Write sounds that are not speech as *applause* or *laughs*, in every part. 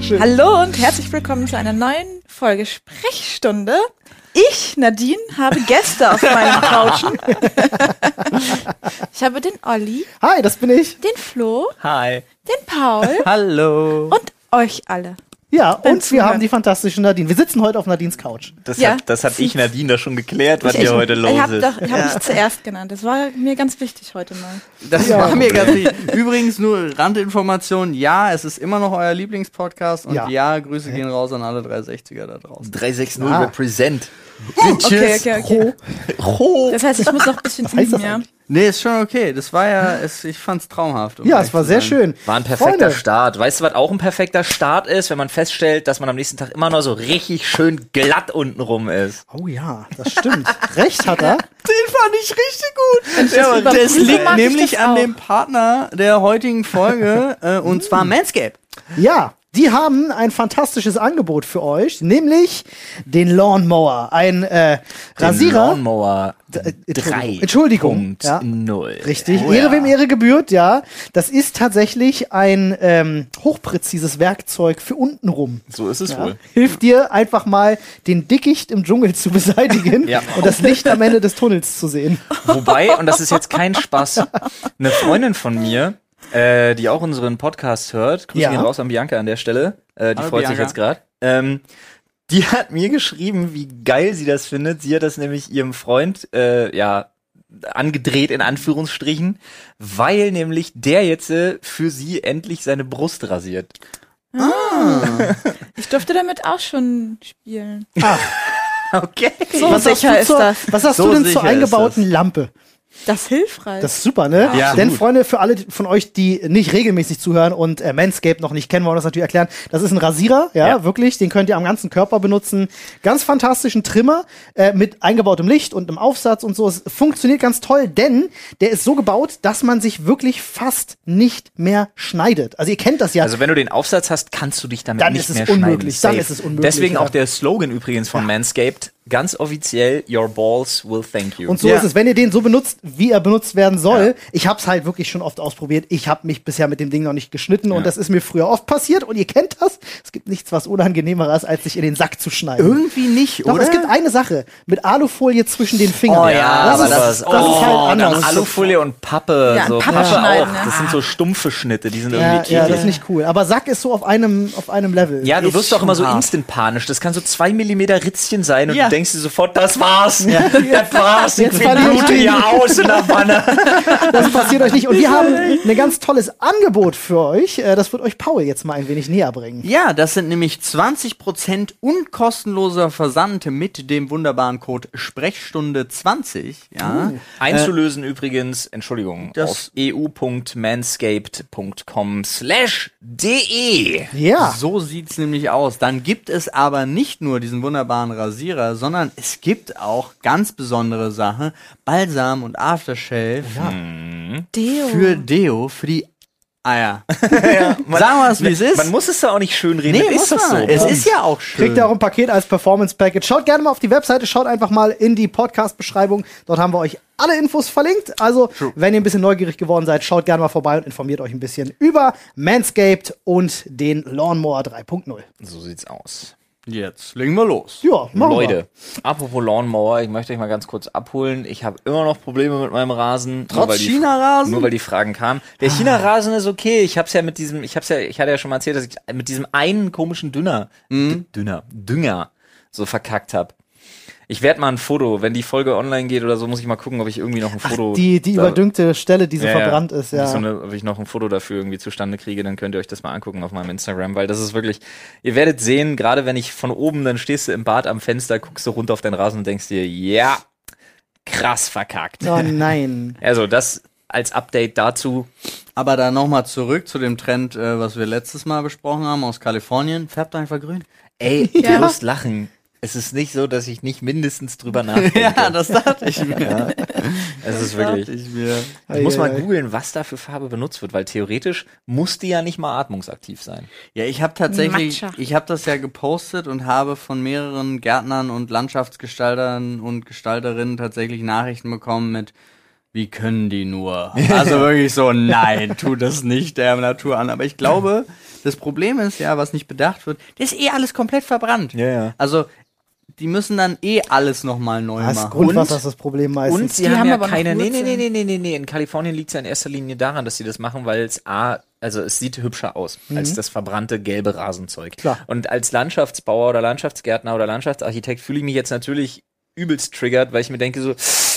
Schön. Hallo und herzlich willkommen zu einer neuen Folge Sprechstunde. Ich, Nadine, habe Gäste auf meinen Couchen. ich habe den Olli, Hi, das bin ich. den Flo, Hi. den Paul Hallo. und euch alle. Ja, und wir Zuhören. haben die fantastische Nadine. Wir sitzen heute auf Nadines Couch. Das, Ja. hat, das hat ich Nadine da schon geklärt, was Ich- hier heute Ich los habe ist. hab dich zuerst genannt. Das war mir ganz wichtig heute mal. Das Ja. war mir ganz *laughs* wichtig. Übrigens nur Randinformation. Ja, es ist immer noch euer Lieblingspodcast und Ja. ja, Grüße gehen raus an alle 360er da draußen. 360 Ah. represent. Okay, okay, okay. Ho. Das heißt, ich muss noch ein bisschen heißt das üben, ja. eigentlich? Nee, ist schon okay. Das war ja, es, ich fand's traumhaft. um Ja, ehrlich es war zu sehr sein. schön. War ein perfekter Freunde, Start. Weißt du, was auch ein perfekter Start ist, wenn man feststellt, dass man am nächsten Tag immer noch so richtig schön glatt unten rum ist? Oh ja, das stimmt. *laughs* Recht hat er. Den fand ich richtig gut. das Ja, überprüfe, das liegt mag ich nämlich das auch. an dem Partner der *laughs* heutigen Folge äh, und Hm. zwar Manscape. Ja, die haben ein fantastisches Angebot für euch, nämlich den Lawnmower. Ein äh, Rasierer. Den Lawnmower Entschuldigung. 3. Entschuldigung, Punkt ja. null. Richtig. Oh, Ehre ja. wem Ehre gebührt, ja. Das ist tatsächlich ein ähm, hochpräzises Werkzeug für untenrum. So ist es wohl. Hilft dir einfach mal, den Dickicht im Dschungel zu beseitigen *laughs* Ja. und das Licht am Ende des Tunnels zu sehen. Wobei, und das ist jetzt kein Spaß, eine Freundin von mir, äh, die auch unseren Podcast hört, Grüße Ja. gehen raus an Bianca an der Stelle, äh, die Hallo, freut sich Bianca. jetzt gerade. Ähm, die hat mir geschrieben, wie geil sie das findet. Sie hat das nämlich ihrem Freund, äh, ja, angedreht in Anführungsstrichen, weil nämlich der jetzt äh, für sie endlich seine Brust rasiert. Ich durfte damit auch schon spielen. Okay. So hast sicher du ist zur, das. Was hast So du denn zur sicher ist eingebauten Lampe? Das ist hilfreich. Das ist super, ne? Ja, Denn gut. Freunde, für alle von euch, die nicht regelmäßig zuhören und äh, Manscape noch nicht kennen, wollen wir das natürlich erklären. Das ist ein Rasierer, ja, Ja. wirklich. Den könnt ihr am ganzen Körper benutzen. Ganz fantastischen Trimmer äh, mit eingebautem Licht und einem Aufsatz und so. Es funktioniert ganz toll, denn der ist so gebaut, dass man sich wirklich fast nicht mehr schneidet. Also ihr kennt das ja. Also wenn du den Aufsatz hast, kannst du dich damit Dann ist nicht es mehr unmöglich, dann schneiden. Safe. ist es unmöglich, Deswegen ja. auch der Slogan übrigens von Manscaped, ganz offiziell, your balls will thank you. Und so Ja. ist es, wenn ihr den so benutzt, wie er benutzt werden soll. Ich habe es halt wirklich schon oft ausprobiert. Ich habe mich bisher mit dem Ding noch nicht geschnitten und das ist mir früher oft passiert und ihr kennt das. Es gibt nichts, was unangenehmerer ist, als sich in den Sack zu schneiden. Irgendwie nicht, Doch, oder? es gibt eine Sache, mit Alufolie zwischen den Fingern. Oh ja, das, aber ist, das, das ist halt oh, dann anders. Alufolie und Pappe. Ja, so Pappe Pappe schneiden, auch. ne? Das sind so stumpfe Schnitte, die sind ja, irgendwie ja, das eklig. ist nicht cool. Aber Sack ist so auf einem, auf einem Level. Ja, du Ist wirst doch immer so schon hart. instant panisch. Das kann so zwei Millimeter Ritzchen sein und Ja. du denkst dir sofort, das war's. Das war's. Jetzt Jetzt ich verliere ich blute den. hier aus in der Wanne. Das passiert euch nicht. Und wir haben ein ganz tolles Angebot für euch. Äh, Das wird euch Paul jetzt mal ein wenig näher bringen. Ja, das sind nämlich 20% und kostenloser Versand mit dem wunderbaren Code Sprechstunde 20. Ja. Hm. Einzulösen übrigens, Entschuldigung, Äh, Das- auf eu.manscaped.com slash de. Ja. So sieht's nämlich aus. Dann gibt es aber nicht nur diesen wunderbaren Rasierer, sondern es gibt auch ganz besondere Sachen, Balsam und Aftershave Deo. für Deo, für die Eier. Sagen wir es, wie es ist. Man muss es da auch nicht schön reden. nee, das muss ist das man. so. Es ist ja auch schön. Äh. Kriegt ihr auch ein Paket als Performance Package. Schaut gerne mal auf die Webseite, schaut einfach mal in die Podcast-Beschreibung. Dort haben wir euch alle Infos verlinkt. Also, wenn ihr ein bisschen neugierig geworden seid, schaut gerne mal vorbei und informiert euch ein bisschen über Manscaped und den Lawnmower 3.0. So sieht's aus. Jetzt legen wir los. Ja, machen Leute, apropos Lawnmower, ich möchte euch mal ganz kurz abholen. Ich habe immer noch Probleme mit meinem Rasen. Trotz weil die- China-Rasen? Nur weil die Fragen kamen. Der China-Rasen ist okay. Ich hab's ja mit diesem, ich hab's ja, ich hatte ja schon mal erzählt, dass ich mit diesem einen komischen Dünner, D- Dünner, Dünger so verkackt habe. Ich werde mal ein Foto, wenn die Folge online geht oder so, muss ich mal gucken, ob ich irgendwie noch ein Foto. wir. Die, die da- überdüngte Stelle, die so ja, ja. verbrannt ist, ja. So eine, ob ich noch ein Foto dafür irgendwie zustande kriege, dann könnt ihr euch das mal angucken auf meinem Instagram, weil das ist wirklich, ihr werdet sehen, gerade wenn ich von oben, dann stehst du im Bad am Fenster, guckst du runter auf deinen Rasen und denkst dir, ja, krass verkackt. Oh *laughs* nein. Also das als Update dazu. Aber dann nochmal zurück zu dem Trend, äh, was wir letztes Mal besprochen haben aus Kalifornien. Färbt einfach grün. Ey, Ja. du musst lachen. Es ist nicht so, dass ich nicht mindestens drüber nachdenke. *laughs* Ja, das dachte ich mir. *laughs* es ist Dachte wirklich. ich mir. Ich muss mal Eieiei. googeln, was da für Farbe benutzt wird, weil theoretisch muss die ja nicht mal atmungsaktiv sein. Ja, ich habe tatsächlich, Matcha. ich habe das ja gepostet und habe von mehreren Gärtnern und Landschaftsgestaltern und Gestalterinnen tatsächlich Nachrichten bekommen mit wie können *laughs* die nur? Also wirklich so, nein, tu das nicht der Natur an. Aber ich glaube, das Problem ist ja, was nicht bedacht wird, das ist eh alles komplett verbrannt. Ja, ja. Also, die müssen dann eh alles nochmal neu Das machen. Grundwasser ist das Problem meistens. Und sie Die haben, haben ja aber noch keine. Nee, nee, Wurzeln. nee, nee, nee, nee, nee. In Kalifornien liegt es ja in erster Linie daran, dass sie das machen, weil es A, also es sieht hübscher aus Mhm. als das verbrannte gelbe Rasenzeug. Klar. Und als Landschaftsbauer oder Landschaftsgärtner oder Landschaftsarchitekt fühle ich mich jetzt natürlich übelst triggert, weil ich mir denke so,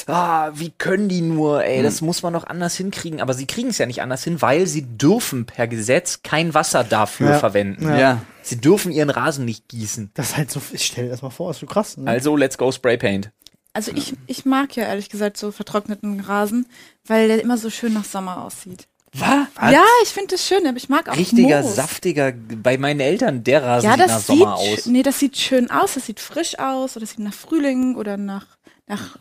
ah, wie können die nur, Mhm. ey, das muss man noch anders hinkriegen. Aber sie kriegen es ja nicht anders hin, weil sie dürfen per Gesetz kein Wasser dafür Ja. verwenden. Ja. ja. Sie dürfen ihren Rasen nicht gießen. Das ist halt so, ich stell dir das mal vor, ist so krass. Ne? Also, let's go Spray Paint. Also ich, ich mag ja ehrlich gesagt so vertrockneten Rasen, weil der immer so schön nach Sommer aussieht. Was? Ja, ich finde das schön, aber ich mag auch richtiger, Moos. saftiger, bei meinen Eltern, der Rasen Ja, sieht nach das sieht, Sommer aus. nee, das sieht schön aus, das sieht frisch aus oder das sieht nach Frühling oder nach, nach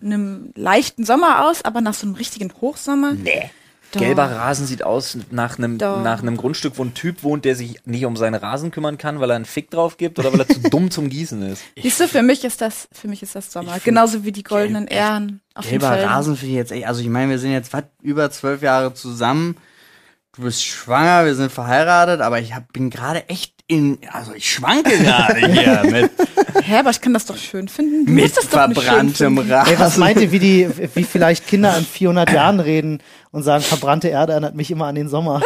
einem leichten Sommer aus, aber nach so einem richtigen Hochsommer. Nee. Doch. Gelber Rasen sieht aus nach einem, Doch. nach einem Grundstück, wo ein Typ wohnt, der sich nicht um seinen Rasen kümmern kann, weil er einen Fick drauf gibt oder weil *laughs* er zu dumm zum Gießen ist. Siehst du, für mich ist das, für mich ist das Sommer. Genauso wie die goldenen Ähren auf Gelber den Feldern. Rasen finde ich jetzt echt. Also ich meine, wir sind jetzt was über zwölf Jahre zusammen. Du bist schwanger, wir sind verheiratet, aber ich hab, bin gerade echt in. Also *laughs* ich schwanke gerade hier mit, Hä, aber ich kann das doch schön finden. Du mit musst das doch nicht schön verbranntem finden. Rasen. Ey, was meint ihr, wie, die, wie vielleicht Kinder in *laughs* 400 Jahren reden und sagen, verbrannte Erde erinnert mich immer an den Sommer.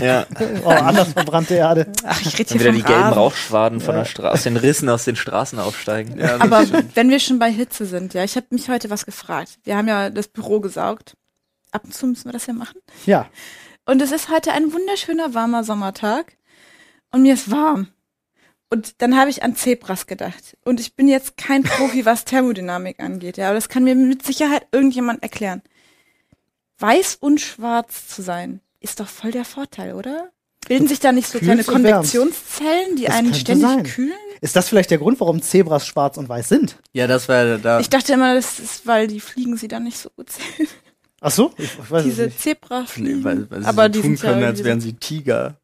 Ja. oh, anders verbrannte Erde. Ach, ich rede Dann hier wieder vom die gelben Rasen. Rauchschwaden von der Straße, aus den Rissen aus den Straßen aufsteigen. Ja, das Aber ist schön. wenn wir schon bei Hitze sind, ja, ich habe mich heute was gefragt. Wir haben ja das Büro gesaugt. Ab und zu müssen wir das ja machen. Ja. Und es ist heute ein wunderschöner, warmer Sommertag. Und mir ist warm. Und dann habe ich an Zebras gedacht. Und ich bin jetzt kein Profi, was Thermodynamik angeht. Ja, aber das kann mir mit Sicherheit irgendjemand erklären. Weiß und schwarz zu sein, ist doch voll der Vorteil, oder? Bilden sich da nicht so kleine Kühlst und wärmst. Konvektionszellen, die Das einen könnte ständig sein. kühlen? Ist das vielleicht der Grund, warum Zebras schwarz und weiß sind? ja, das war da. Ich dachte immer, das ist, weil die Fliegen sie dann nicht so gut sehen. Ach so? Ich, ich weiß es Diese nicht. Zebrafliegen. Nee, weil, weil sie aber so die tun sind können, ja, als wären Also- sie Tiger.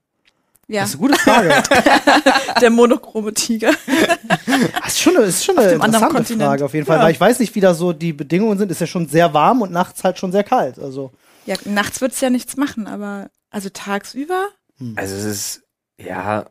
ja Das ist eine gute Frage. *laughs* der monochrome Tiger. Das Ah, ist schon eine, ist schon eine dem anderen interessante Kontinent. Frage auf jeden Fall, weil ich weiß nicht, wie da so die Bedingungen sind. Ist ja schon sehr warm und nachts halt schon sehr kalt. Also Ja, nachts wird's ja nichts machen, aber also tagsüber? *laughs* Also es ist, ja,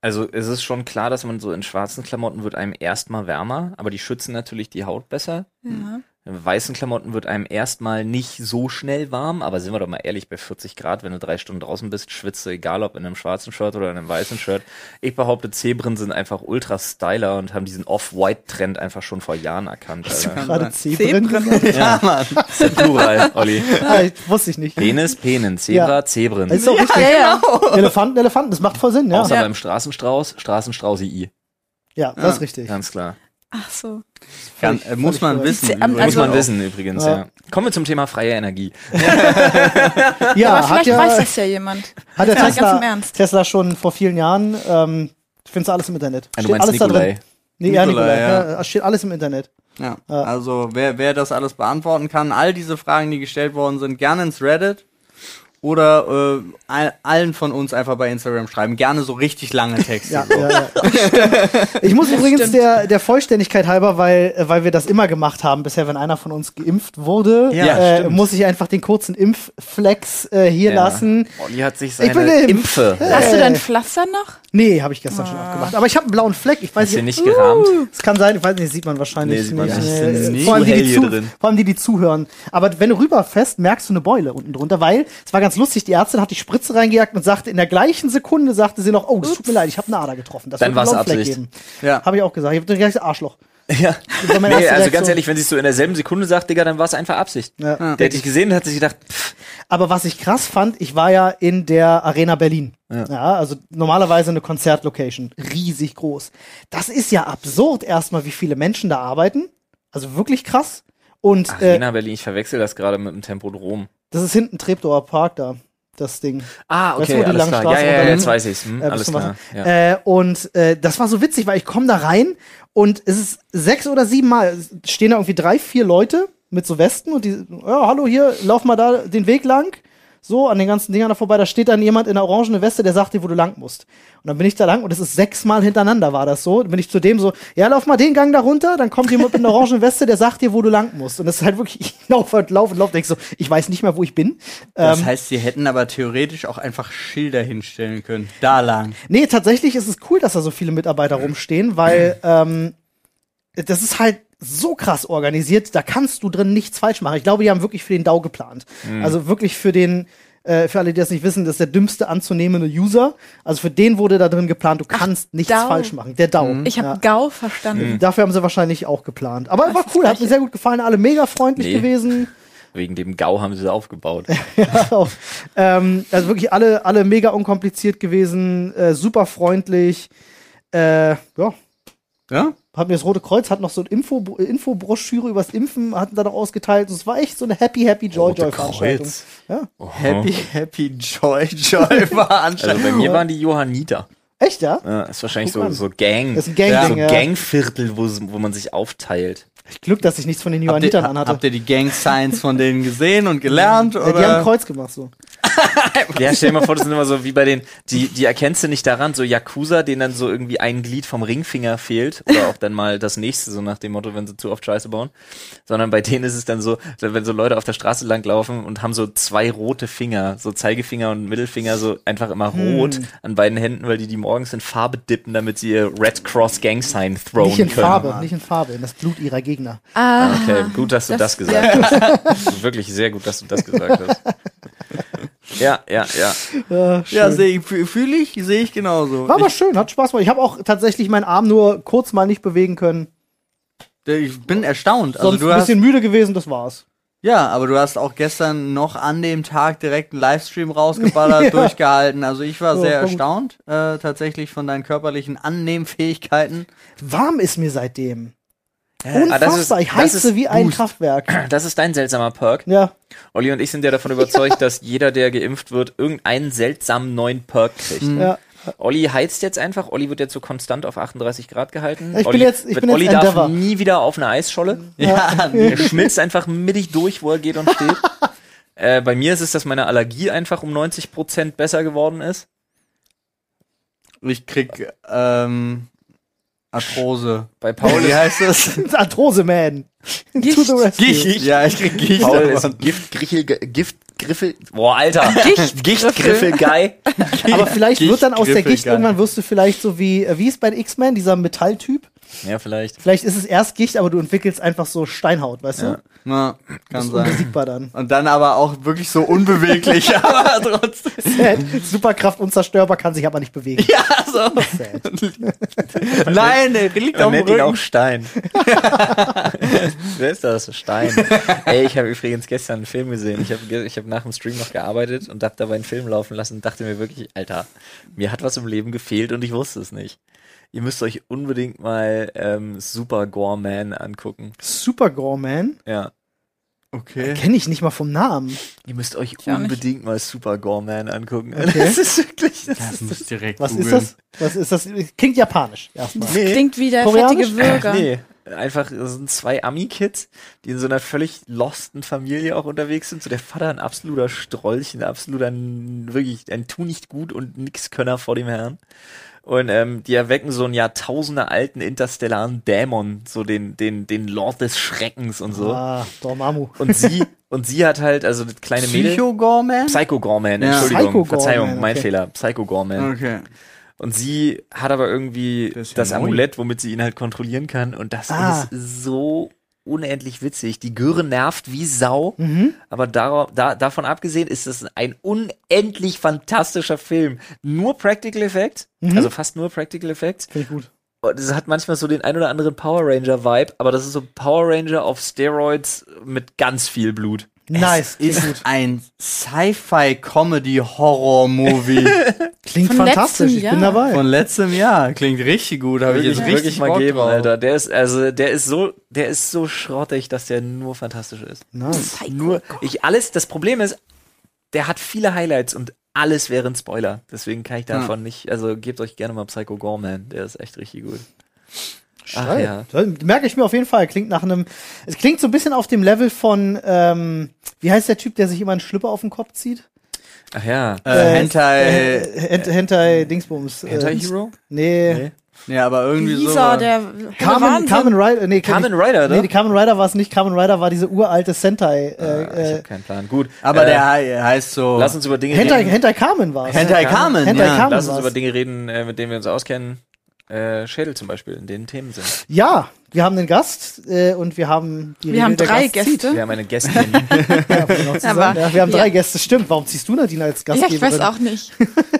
also es ist schon klar, dass man so in schwarzen Klamotten wird einem erstmal wärmer, aber die schützen natürlich die Haut besser. Ja. In weißen Klamotten wird einem erstmal nicht so schnell warm, aber sind wir doch mal ehrlich, bei 40 Grad, wenn du drei Stunden draußen bist, schwitzt du, egal ob in einem schwarzen Shirt oder in einem weißen Shirt. Ich behaupte, Zebren sind einfach ultra styler und haben diesen Off-White-Trend einfach schon vor Jahren erkannt. Alter. gerade Zebren. *laughs* gesagt? Ja, Mann. Das ist der Plural, Olli. Ah, ich- wusste ich nicht. Penis, Penen, Zebra, Zebren. Ist doch richtig. Ja, ja. Genau. Elefanten, Elefanten, das macht voll Sinn, Also, ja. Außer Ja. beim Straßenstrauß, Straßenstrauß-I, Ja, das ist richtig. ganz klar. Ach so. Kann, äh, muss man völlig wissen. korrekt. Ähm, übrigens. Muss Also- man wissen übrigens, Ja. ja. Kommen wir zum Thema freie Energie. aber Ja, hat vielleicht ja, weiß das ja jemand. hat der Ja, ganz im Tesla, Ernst. Tesla schon vor vielen Jahren. Ähm, findest du alles im Internet. Ja, du meinst alles Nikolai. da drin. Nee, ja, Nikolai, Nikolai, ja. ja. Steht alles im Internet. Ja, Ja. also wer, wer das alles beantworten kann, all diese Fragen, die gestellt worden sind, gerne ins Reddit oder äh, all, allen von uns einfach bei Instagram schreiben. Gerne so richtig lange Texte. *laughs* Ja, so. ja, ja. Ich muss übrigens der, der Vollständigkeit halber, weil, äh, weil wir das immer gemacht haben bisher, wenn einer von uns geimpft wurde, Ja, äh, stimmt. muss ich einfach den kurzen Impfflex äh, hier lassen. Olli hat sich Ich bin seine geimpft. Impfe. *laughs* Hast du dein Pflaster noch? Nee, habe ich gestern schon abgemacht. Aber ich habe einen blauen Fleck. Ich weiß Ist dir nicht. nicht gerahmt? Es kann sein, ich weiß nicht, sieht man wahrscheinlich Nee, sieht man nicht. Nee, Es sind äh, nicht Vor allem, zu die, hell die hier zu, drin. vor allem die, die zuhören. Aber wenn du rüberfährst, merkst du eine Beule unten drunter, weil es war ganz lustig, die Ärztin hat die Spritze reingejagt und sagte in der gleichen Sekunde, sagte sie noch, oh, das tut mir leid, ich habe eine Ader getroffen. Das Dann wird einen blauen war's Fleck Absicht. geben. Ja. Habe ich auch gesagt. Ich habe gleich gesagt, Arschloch. Ja. Das war meine Nee, erste also ganz Reaktion. ehrlich, wenn sie es so in derselben Sekunde sagt, Digga, dann war es einfach Absicht. Ja. Der hätte ich gesehen und hat sich gedacht, pff, Aber was ich krass fand, ich war ja in der Arena Berlin. Ja. also normalerweise eine Konzertlocation, riesig groß. Das ist ja absurd erstmal, wie viele Menschen da arbeiten. Also wirklich krass. Und äh, Arena Berlin, ich verwechsel das gerade mit dem Tempodrom. das ist hinten Treptower Park da, das Ding. Ah, Weißt du, wo die lange Ja, Straße ja, ja, runter- jetzt weiß ich's. Hm, Äh, alles bis zum klar. Wasser. Ja. Äh, und äh, das war so witzig, weil ich komme da rein und es ist sechs oder sieben Mal stehen da irgendwie drei, vier Leute mit so Westen und die, ja, hallo hier, lauf mal da den Weg lang. so an den ganzen Dingern da vorbei, da steht dann jemand in einer orangenen Weste, der sagt dir, wo du lang musst. Und dann bin ich da lang und es ist sechsmal hintereinander war das so. Dann bin ich zu dem so, ja, lauf mal den Gang da runter, dann kommt jemand mit *laughs* einer orangenen Weste, der sagt dir, wo du lang musst. Und das ist halt wirklich, *laughs* ich laufe und laufe und laufe, denk so, ich weiß nicht mehr, wo ich bin. Das ähm, heißt, sie hätten aber theoretisch auch einfach Schilder hinstellen können. Da lang. Nee, tatsächlich ist es cool, dass da so viele Mitarbeiter rumstehen, weil ähm, das ist halt so krass organisiert, da kannst du drin nichts falsch machen. Ich glaube, die haben wirklich für den DAO geplant. Also wirklich für den, äh, für alle, die das nicht wissen, das ist der dümmste anzunehmende User. Also für den wurde da drin geplant, du kannst nichts DAO. falsch machen. Der DAO. Mhm. Ich habe GAU verstanden. Dafür haben sie wahrscheinlich auch geplant. Aber war ist cool, das hat mir Gleiche. sehr gut gefallen, alle mega freundlich Nee. gewesen. Wegen dem GAU haben sie es aufgebaut. Genau. ähm, also wirklich alle, alle mega unkompliziert gewesen, äh, super freundlich. Äh, ja, Ja? hat mir das Rote Kreuz hat noch so eine Info, Infobroschüre übers Impfen hatten da noch ausgeteilt. Es war echt so eine happy happy joy Rote joy Veranstaltung. Kreuz. Ja. Happy, happy, *laughs* joy, joy Also Veranstaltung. bei mir waren die Johanniter. Echt genau. ja? Ja, ist wahrscheinlich Guck so, an. so Gang. Das ist ein Gang so Ding. Ja. Gangviertel, wo, wo man sich aufteilt. Glück, dass ich nichts von den habt, ihr, Johannitern ha- habt anhatte. ihr die Gang Signs von denen gesehen und gelernt? Ja, Oder? die haben ein Kreuz gemacht so. Ja, stell dir mal vor, das sind immer so wie bei den, die, die erkennst du nicht daran, so Yakuza, denen dann so irgendwie ein Glied vom Ringfinger fehlt oder auch dann mal das nächste, so nach dem Motto, wenn sie zu oft Scheiße bauen, sondern bei denen ist es dann so, wenn so Leute auf der Straße langlaufen und haben so zwei rote Finger, so Zeigefinger und Mittelfinger, so einfach immer Hm. rot an beiden Händen, weil die die morgens in Farbe dippen, damit sie ihr Red Cross Gang Sign throwen Nicht in können. Farbe, nicht in Farbe, in das Blut ihrer Gegner. Ah, Okay, gut, dass du Das- das, gesagt hast. Wirklich sehr gut, dass du das gesagt hast. Ja, ja, ja. Äh, ja, schön. sehe ich, fühle ich, sehe ich genauso. war aber schön, hat Spaß gemacht. Ich habe auch tatsächlich meinen Arm nur kurz mal nicht bewegen können. Ich, ich bin erstaunt. Also Sonst du ein hast, bisschen müde gewesen, das war's. ja, aber du hast auch gestern noch an dem Tag direkt einen Livestream *laughs* rausgeballert, Ja. Oh, durchgehalten. Also ich war So, sehr komm. erstaunt äh, tatsächlich von deinen *laughs* körperlichen Annehmfähigkeiten. Warm ist mir seitdem. ah, das ist- Unfassbar, ich das heiße ist wie ein Boost. Kraftwerk. Das ist dein seltsamer Perk. Ja, Olli und ich sind ja *laughs* davon überzeugt, dass jeder, der geimpft wird, irgendeinen seltsamen neuen Perk kriegt. ja. Olli heizt jetzt einfach. Olli wird jetzt so konstant auf 38 Grad gehalten. Ich bin Olli, jetzt- ich bin jetzt Mhm. Olli darf Endeavour. nie wieder auf eine Eisscholle. Ja, Er schmilzt einfach mittig durch, wo er geht und *laughs* steht. äh, bei mir ist es, dass meine Allergie einfach um 90 Prozent besser geworden ist. ich krieg ähm, Arthrose. Bei Paul Wie ist, heißt das? Arthrose Man. Gicht. To the rescue. Gicht. *laughs* ja, *laughs* ich krieg Gicht. Paul aber- ist Giftgriffel, Giftgriffel, boah, Alter. Gichtgriffel. Gichtgriffelgei. Aber vielleicht wird dann aus der Gichtgriffel, Gicht geil. irgendwann wirst du vielleicht so wie, äh, wie ist bei den X-Men, dieser Metalltyp. *laughs* Ja, vielleicht. Vielleicht ist es erst Gicht, aber du entwickelst einfach so Steinhaut, weißt du? Na, Das kann ist sein. unbesiegbar dann. *laughs* Und dann aber auch wirklich so unbeweglich, *laughs* Ah, aber trotzdem. Superkraft unzerstörbar, kann sich aber nicht bewegen. Ja, *laughs* so. Also, *laughs* Nein, der liegt Man auf dem nennt ihn auch Rücken. *laughs* Stein. Wer ist das? Stein. Ey, ich habe übrigens gestern einen Film gesehen. Ich habe ge ich hab nach dem Stream noch gearbeitet und habe dabei einen Film laufen lassen und dachte mir wirklich, Alter, mir hat was im Leben gefehlt und ich wusste es nicht. Ihr müsst euch unbedingt mal ähm, Super Gore Man angucken. Super Gore Man? Ja. Okay. Kenne ich nicht mal vom Namen. Ihr müsst euch auch nicht. unbedingt mal Super Gore Man angucken. *laughs* Das ist wirklich. Das ist, muss direkt Was ist das? Was ist das? Klingt japanisch erstmal. nee. Klingt wie der Koreanisch? fettige Bürger. Nee, einfach das sind zwei Ami-Kids, die in so einer völlig losten Familie auch unterwegs sind. So der Vater ein absoluter Strolch, ein absoluter, N- wirklich ein Tu nicht gut und nix Könner vor dem Herrn. Und ähm, die erwecken so einen Jahrtausende alten interstellaren Dämon, so den, den, den Lord des Schreckens und so. Ah, Dormammu. Und sie, und sie hat halt, also das kleine Mädel. Psycho-Gorman? Psycho Gorman, Ja. Entschuldigung, Psycho Verzeihung, Gorman, mein okay. Fehler. Psycho Gorman. Okay. Und sie hat aber irgendwie Das ist das, ja neu. Amulett, womit sie ihn halt kontrollieren kann. Und das Ah. ist so unendlich witzig. Die Göre nervt wie Sau. Mhm. Aber darauf, da, davon abgesehen ist es ein unendlich fantastischer Film. Nur Practical Effects, Mhm. also fast nur Practical Effects. Finde ich gut. Und es hat manchmal so den ein oder anderen Power Ranger Vibe, aber das ist so Power Ranger auf Steroids mit ganz viel Blut. Nice. Ist ein *laughs* Sci-Fi-Comedy-Horror-Movie Klingt Von fantastisch. letztem Ich bin Jahr. dabei. von letztem Jahr. Klingt richtig gut, habe ich Wirklich, jetzt ich wirklich richtig mal Bock geben, drauf. Alter. Der ist, also, der ist so, der ist so schrottig, dass der nur fantastisch ist. nice. Nur, ich alles, das Problem ist, der hat viele Highlights und alles wäre ein Spoiler. Deswegen kann ich davon nicht, also gebt euch gerne mal Psycho Gorman, der ist echt richtig gut. Ach ja. Toll. Merke ich mir auf jeden Fall. Klingt nach einem. Es klingt so ein bisschen auf dem Level von, ähm, wie heißt der Typ, der sich immer einen Schlüpper auf den Kopf zieht? Äh, Ach ja. Äh, Hentai. Hent Hentai Dingsbums. äh, Äh, Hentai Hero? Nee. Nee. Ja, aber irgendwie Wie so. hieß er, der Carmen, Carmen Rider. Nee, Kamen nicht- Rider, Nee, ne? die Kamen Rider war es nicht. Kamen Rider war diese uralte Sentai. Ah, ich Äh, äh, hab keinen Plan. Gut. aber äh, der he- heißt so. Lass uns über Dinge Hentai, reden. Hentai Carmen war es. Hentai Carmen. Hentai ja. Carmen. Lass uns war's. über Dinge reden, äh, mit denen wir uns auskennen. Äh, Schädel zum Beispiel, in denen Themen sind. Ja, wir haben den Gast äh, und wir haben die Wir haben der drei Gast zieht. Gäste. Wir haben eine Gästin. *laughs* Ja, um wir noch zusammen, Aber- ja, wir haben drei ja. Gäste, stimmt. Warum ziehst du Nadine als Ja, Gastgeberin? ich weiß auch nicht.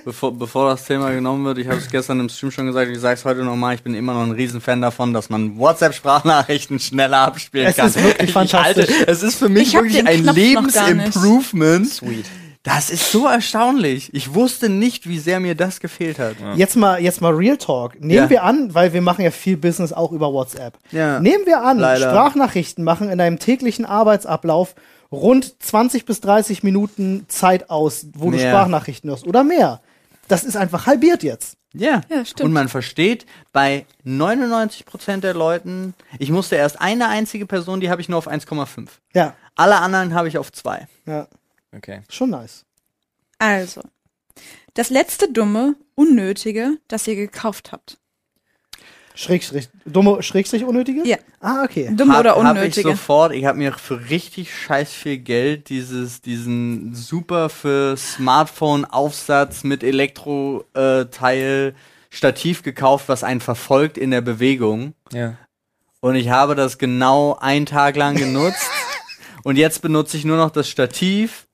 Bevor, bevor das Thema genommen wird, ich habe es gestern im Stream schon gesagt, ich sage es heute nochmal, ich bin immer noch ein Riesenfan davon, dass man WhatsApp-Sprachnachrichten schneller abspielen Es kann. ist wirklich Ich- fantastisch. Alter, es ist für mich Ich hab wirklich den ein Knopf noch gar nicht. Lebensimprovement. Sweet. Das ist so erstaunlich. Ich wusste nicht, wie sehr mir das gefehlt hat. Jetzt mal, jetzt mal Real Talk. Nehmen Ja. wir an, weil wir machen ja viel Business auch über WhatsApp. Ja. Nehmen wir an, Leider. Sprachnachrichten machen in deinem täglichen Arbeitsablauf rund 20 bis 30 Minuten Zeit aus, wo du Ja. Sprachnachrichten hörst oder mehr. Das ist einfach halbiert jetzt. Ja. Ja, stimmt. Und man versteht bei 99% der Leuten, ich musste erst eine einzige Person, die habe ich nur auf 1,5. Ja, Alle anderen habe ich auf 2. ja, Okay. schon nice. Also, das letzte dumme, unnötige, das ihr gekauft habt. Schrägstrich, dumme, Schrägstrich, unnötige? Ja. Ah, okay. Dumme oder Hab ich unnötige. sofort, ich habe mir für richtig scheiß viel Geld dieses, diesen super für Smartphone-Aufsatz mit Elektro-Teil Stativ gekauft, was einen verfolgt in der Bewegung. Ja. Und ich habe das genau einen Tag lang genutzt. und jetzt benutze ich nur noch das Stativ.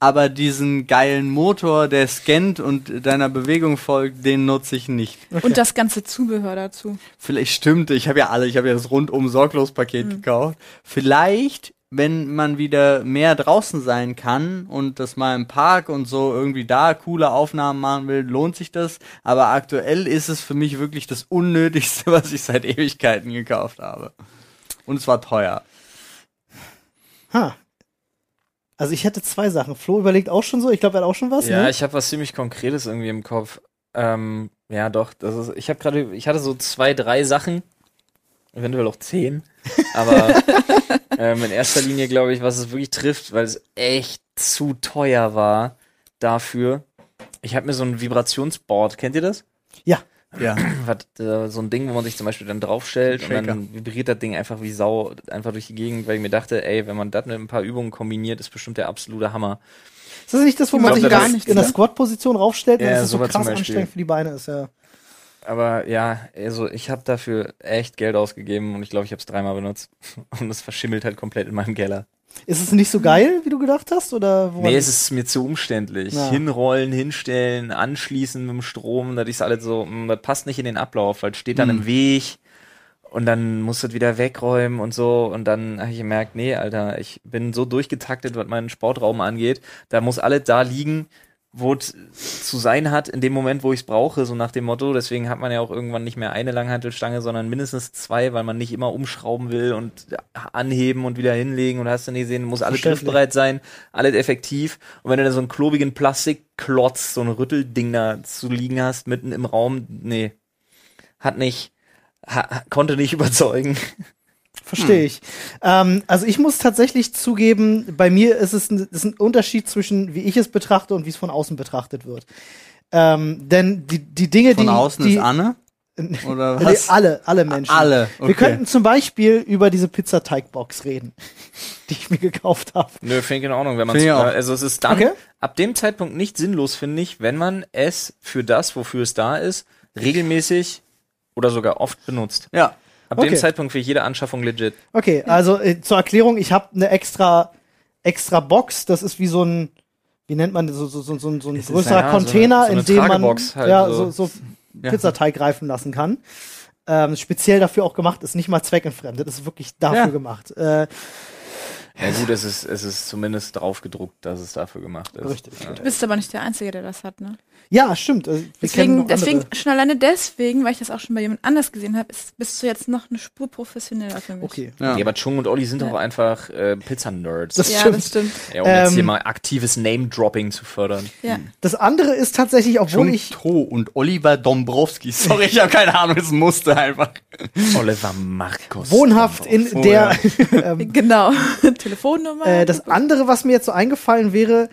Aber diesen geilen Motor, der scannt und deiner Bewegung folgt, den nutze ich nicht. Und das ganze Zubehör dazu. Vielleicht stimmt, ich habe ja alle, ich habe ja das rundum sorglos Paket gekauft. Vielleicht, wenn man wieder mehr draußen sein kann und das mal im Park und so irgendwie da coole Aufnahmen machen will, lohnt sich das, aber aktuell ist es für mich wirklich das unnötigste, *laughs* was ich seit Ewigkeiten gekauft habe. Und es war teuer. Ha. Also ich hätte zwei Sachen. Flo überlegt auch schon so, ich glaube, er hat auch schon was, Ja, ne? ich habe was ziemlich Konkretes irgendwie im Kopf. Ähm, ja, doch. Das ist, ich habe gerade, ich hatte so zwei, drei Sachen, eventuell auch zehn. Aber ähm, in erster Linie glaube ich, was es wirklich trifft, weil es echt zu teuer war dafür. Ich habe mir so ein Vibrationsboard, kennt ihr das? Ja. Ja. Hat äh, so ein Ding, wo man sich zum Beispiel dann draufstellt und dann Shaker. vibriert das Ding einfach wie Sau einfach durch die Gegend, weil ich mir dachte, ey, wenn man das mit ein paar Übungen kombiniert, ist bestimmt der absolute Hammer. Ist das nicht das, wo man glaub, sich in das der- ist in der Squat-Position raufstellt und ne? Ja, das ist so sowas zum krass Beispiel. anstrengend für die Beine ist, ja. Aber ja, also ich habe dafür echt Geld ausgegeben und ich glaube, ich habe es dreimal benutzt. *laughs* Und es verschimmelt halt komplett in meinem Keller. Ist es nicht so geil, wie du gedacht hast? Oder woran- Nee, es ist mir zu umständlich. Oh Ja. Hinrollen, hinstellen, anschließen mit dem Strom, das ist alles so, mm, das passt nicht in den Ablauf, weil es steht dann im Weg und dann musst du es wieder wegräumen und so. Und dann habe ich gemerkt, nee, Alter, ich bin so durchgetaktet, was meinen Sportraum angeht. Da muss alles da liegen, wo es zu sein hat, in dem Moment, wo ich es brauche, so nach dem Motto. Deswegen hat man ja auch irgendwann nicht mehr eine Langhantelstange, sondern mindestens zwei, weil man nicht immer umschrauben will und äh, anheben und wieder hinlegen und hast du nicht gesehen, muss alles Verständlich. griffbereit sein, alles effektiv. Und wenn du da so einen klobigen Plastikklotz, so ein Rüttelding da zu liegen hast, mitten im Raum, nee, hat nicht, ha, konnte nicht *laughs* überzeugen. Hm. Verstehe ich. Ähm, also ich muss tatsächlich zugeben, bei mir ist es ein, ist ein Unterschied zwischen, wie ich es betrachte und wie es von außen betrachtet wird. Ähm, denn die, die Dinge, Von die. außen die, *laughs* ist Anne? Oder Nee, was? alle, alle Menschen. alle, okay. Wir könnten zum Beispiel über diese Pizzateigbox reden, *laughs* die ich mir gekauft habe. Nö, finde ich in Ordnung, wenn man Find ich auch. also es ist dann Okay. ab dem Zeitpunkt nicht sinnlos, finde ich, wenn man es für das, wofür es da ist, regelmäßig oder sogar oft benutzt. Ja. Ab Okay. dem Zeitpunkt für jede Anschaffung legit. Okay, also äh, zur Erklärung, ich habe eine extra, extra Box, das ist wie so ein, wie nennt man das, so, so, so, so ein so ein Es ist, größerer naja, so eine- Container, so eine in dem man Tragebox halt ja, so, so. so Pizzateig reifen lassen kann. Ähm, speziell dafür auch gemacht, ist nicht mal zweckentfremdet, ist wirklich dafür Ja. gemacht. Äh, Ja gut, es ist, es ist zumindest draufgedruckt, dass es dafür gemacht ist. Richtig, Ja. Du bist aber nicht der Einzige, der das hat, ne? ja, stimmt. äh, Wir kennen Deswegen, noch andere. deswegen, schon alleine deswegen, weil ich das auch schon bei jemand anders gesehen habe, ist- bist du jetzt noch eine Spur professioneller für mich. Okay. Ja. Ja, aber Chung und Olli sind doch einfach äh, Pizza-Nerds. Das Ja, stimmt. das stimmt. ja, um jetzt ähm, hier mal aktives Name-Dropping *laughs* zu fördern. Ja. Das andere ist tatsächlich, obwohl Jung ich. Tro und Oliver Dombrowski. Sorry, ich habe keine Ahnung, es musste einfach. Oliver Markus. Wohnhaft in Oh, der. Genau. *laughs* Telefonnummer. Äh, das andere, was mir jetzt so eingefallen wäre,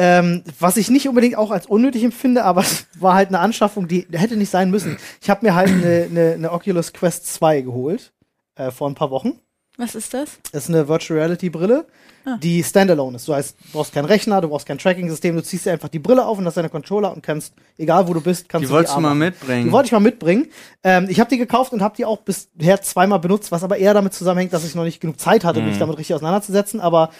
Ähm, was ich nicht unbedingt auch als unnötig empfinde, aber es war halt eine Anschaffung, die hätte nicht sein müssen. Ich habe mir halt eine, eine, eine Oculus Quest 2 geholt äh, vor ein paar Wochen. Was ist das? Das ist eine Virtual Reality Brille, die standalone ist. Du heißt, du brauchst keinen Rechner, du braust kein Tracking-System, du ziehst dir einfach die Brille auf und hast deine Controller und kannst, egal wo du bist, kannst Die wolltest du die mal anmachen. mitbringen. Mhm. Die wollte ich mal mitbringen. Ähm, ich habe die gekauft und habe die auch bisher zweimal benutzt, was aber eher damit zusammenhängt, dass ich noch nicht genug Zeit hatte, Mhm. mich damit richtig auseinanderzusetzen. Aber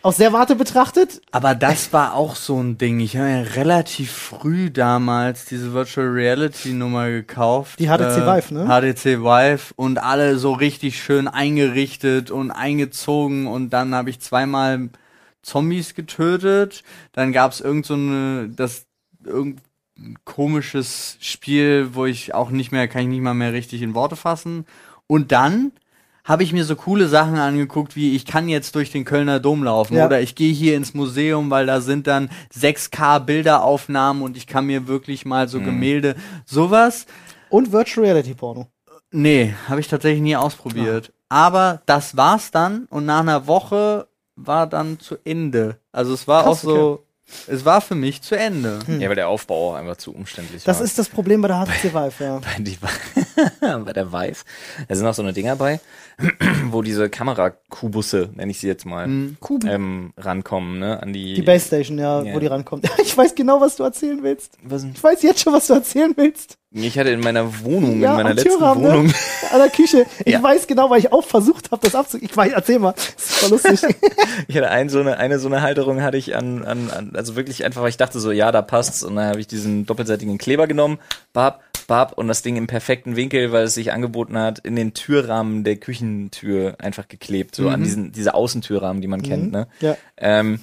aus der Warte betrachtet, Aber das war auch so ein Ding. Ich habe ja relativ früh damals diese Virtual Reality Nummer gekauft. Äh, Die HTC Vive, ne? HTC Vive und alle so richtig schön eingerichtet und eingezogen und dann habe ich zweimal Zombies getötet. Dann gab es irgend so eine, das irgend ein komisches Spiel, wo ich auch nicht mehr, kann ich nicht mal mehr richtig in Worte fassen. Und dann habe ich mir so coole Sachen angeguckt, wie ich kann jetzt durch den Kölner Dom laufen Ja. oder ich gehe hier ins Museum, weil da sind dann 6K Bilderaufnahmen und ich kann mir wirklich mal Mhm. so Gemälde sowas. und Virtual Reality Porno. Nee, habe ich tatsächlich nie ausprobiert. Aber das war's dann und nach einer Woche war dann zu Ende. Also es war Krass, Hm. auch so es war für mich zu Ende. Ja, weil der Aufbau einfach zu umständlich Das war. ist das Problem bei der HTC Vive, ja. bei, die, *laughs* bei der Vive. Da sind auch so eine Dinger bei, *clears throat* wo diese Kamerakubusse, nenne ich sie jetzt mal, Kuben. ähm, rankommen, ne? An die. Mhm. Die Base Station, ja, Ja. wo die rankommt. *laughs* Ich weiß genau, was du erzählen willst. Was denn? Ich weiß jetzt schon, was du erzählen willst. ich hatte in meiner Wohnung, Ja, in meiner am letzten Türrahmen, ne? Wohnung. *laughs* An der Küche. Ich Ja. weiß genau, weil ich auch versucht habe, das abzu... Ich weiß, erzähl mal. Das war lustig. *laughs* Ich hatte ein, so eine, eine so eine Halterung hatte ich an, an, an, also wirklich einfach, weil ich dachte so, ja, da passt's. Und dann habe ich diesen doppelseitigen Kleber genommen, bab, bab, und das Ding im perfekten Winkel, weil es sich angeboten hat, in den Türrahmen der Küchentür einfach geklebt, so an diesen, diese Außentürrahmen, die man kennt, ne? ja. Ähm,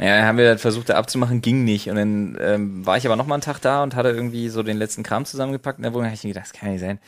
ja, haben wir dann versucht, da abzumachen, ging nicht. Und dann ähm, war ich aber noch mal einen Tag da und hatte irgendwie so den letzten Kram zusammengepackt in der Wohnung. Da hab ich mir gedacht, das kann ja nicht sein.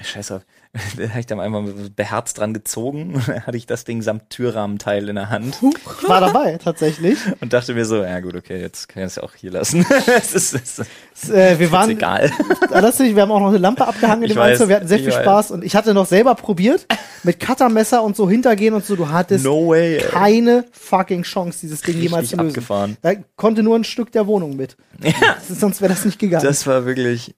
Scheiß drauf. *laughs* Dann habe ich da einmal beherzt dran gezogen *laughs* und dann hatte ich das Ding samt Türrahmenteil in der Hand Ich war dabei, tatsächlich. und dachte mir so, ja gut, okay, jetzt kann ich es auch hier lassen. *laughs* es ist, es ist, S- Äh, wir waren... egal. Ah, Das, wir haben auch noch eine Lampe abgehangen in Ich dem weiß, Einzel. Wir hatten sehr ich viel weiß. Spaß. Und ich hatte noch selber probiert, mit Cuttermesser und so hintergehen und so. Du hattest *laughs* No way. ey. keine fucking Chance, dieses Ding jemals zu Richtig lösen. abgefahren. Da konnte nur ein Stück der Wohnung mit. Ja, Sonst wäre das nicht gegangen. das war wirklich.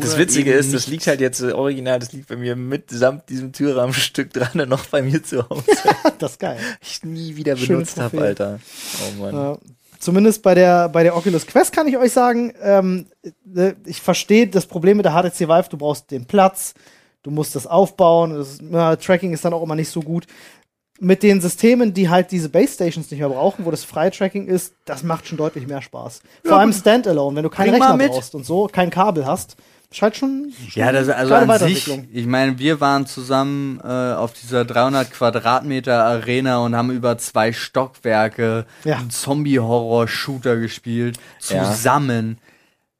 Das Oder Witzige eben ist, das liegt halt jetzt äh, original, das liegt bei mir mitsamt diesem Türrahmenstück *laughs* dran und noch bei mir zu Hause. *laughs* das ist geil. *laughs* ich nie wieder Schönes benutzt habe, Profil. Alter. Oh Mann. Ja. Äh, Zumindest bei der, bei der Oculus Quest kann ich euch sagen, ähm, äh, ich verstehe das Problem mit der HTC Vive, du brauchst den Platz, du musst das aufbauen, das ist, na, Tracking ist dann auch immer nicht so gut. Mit den Systemen, die halt diese Base Stations nicht mehr brauchen, wo das freie Tracking ist, das macht schon deutlich mehr Spaß. Vor allem Standalone, wenn du keinen Bring mal Rechner mit. brauchst und so, kein Kabel hast, ist halt schon. Ja, das also Kleine an sich, Weiterentwicklung. ich meine, wir waren zusammen äh, auf dieser 300 Quadratmeter Arena und haben über zwei Stockwerke Ja. einen Zombie-Horror-Shooter gespielt. Ja. Zusammen.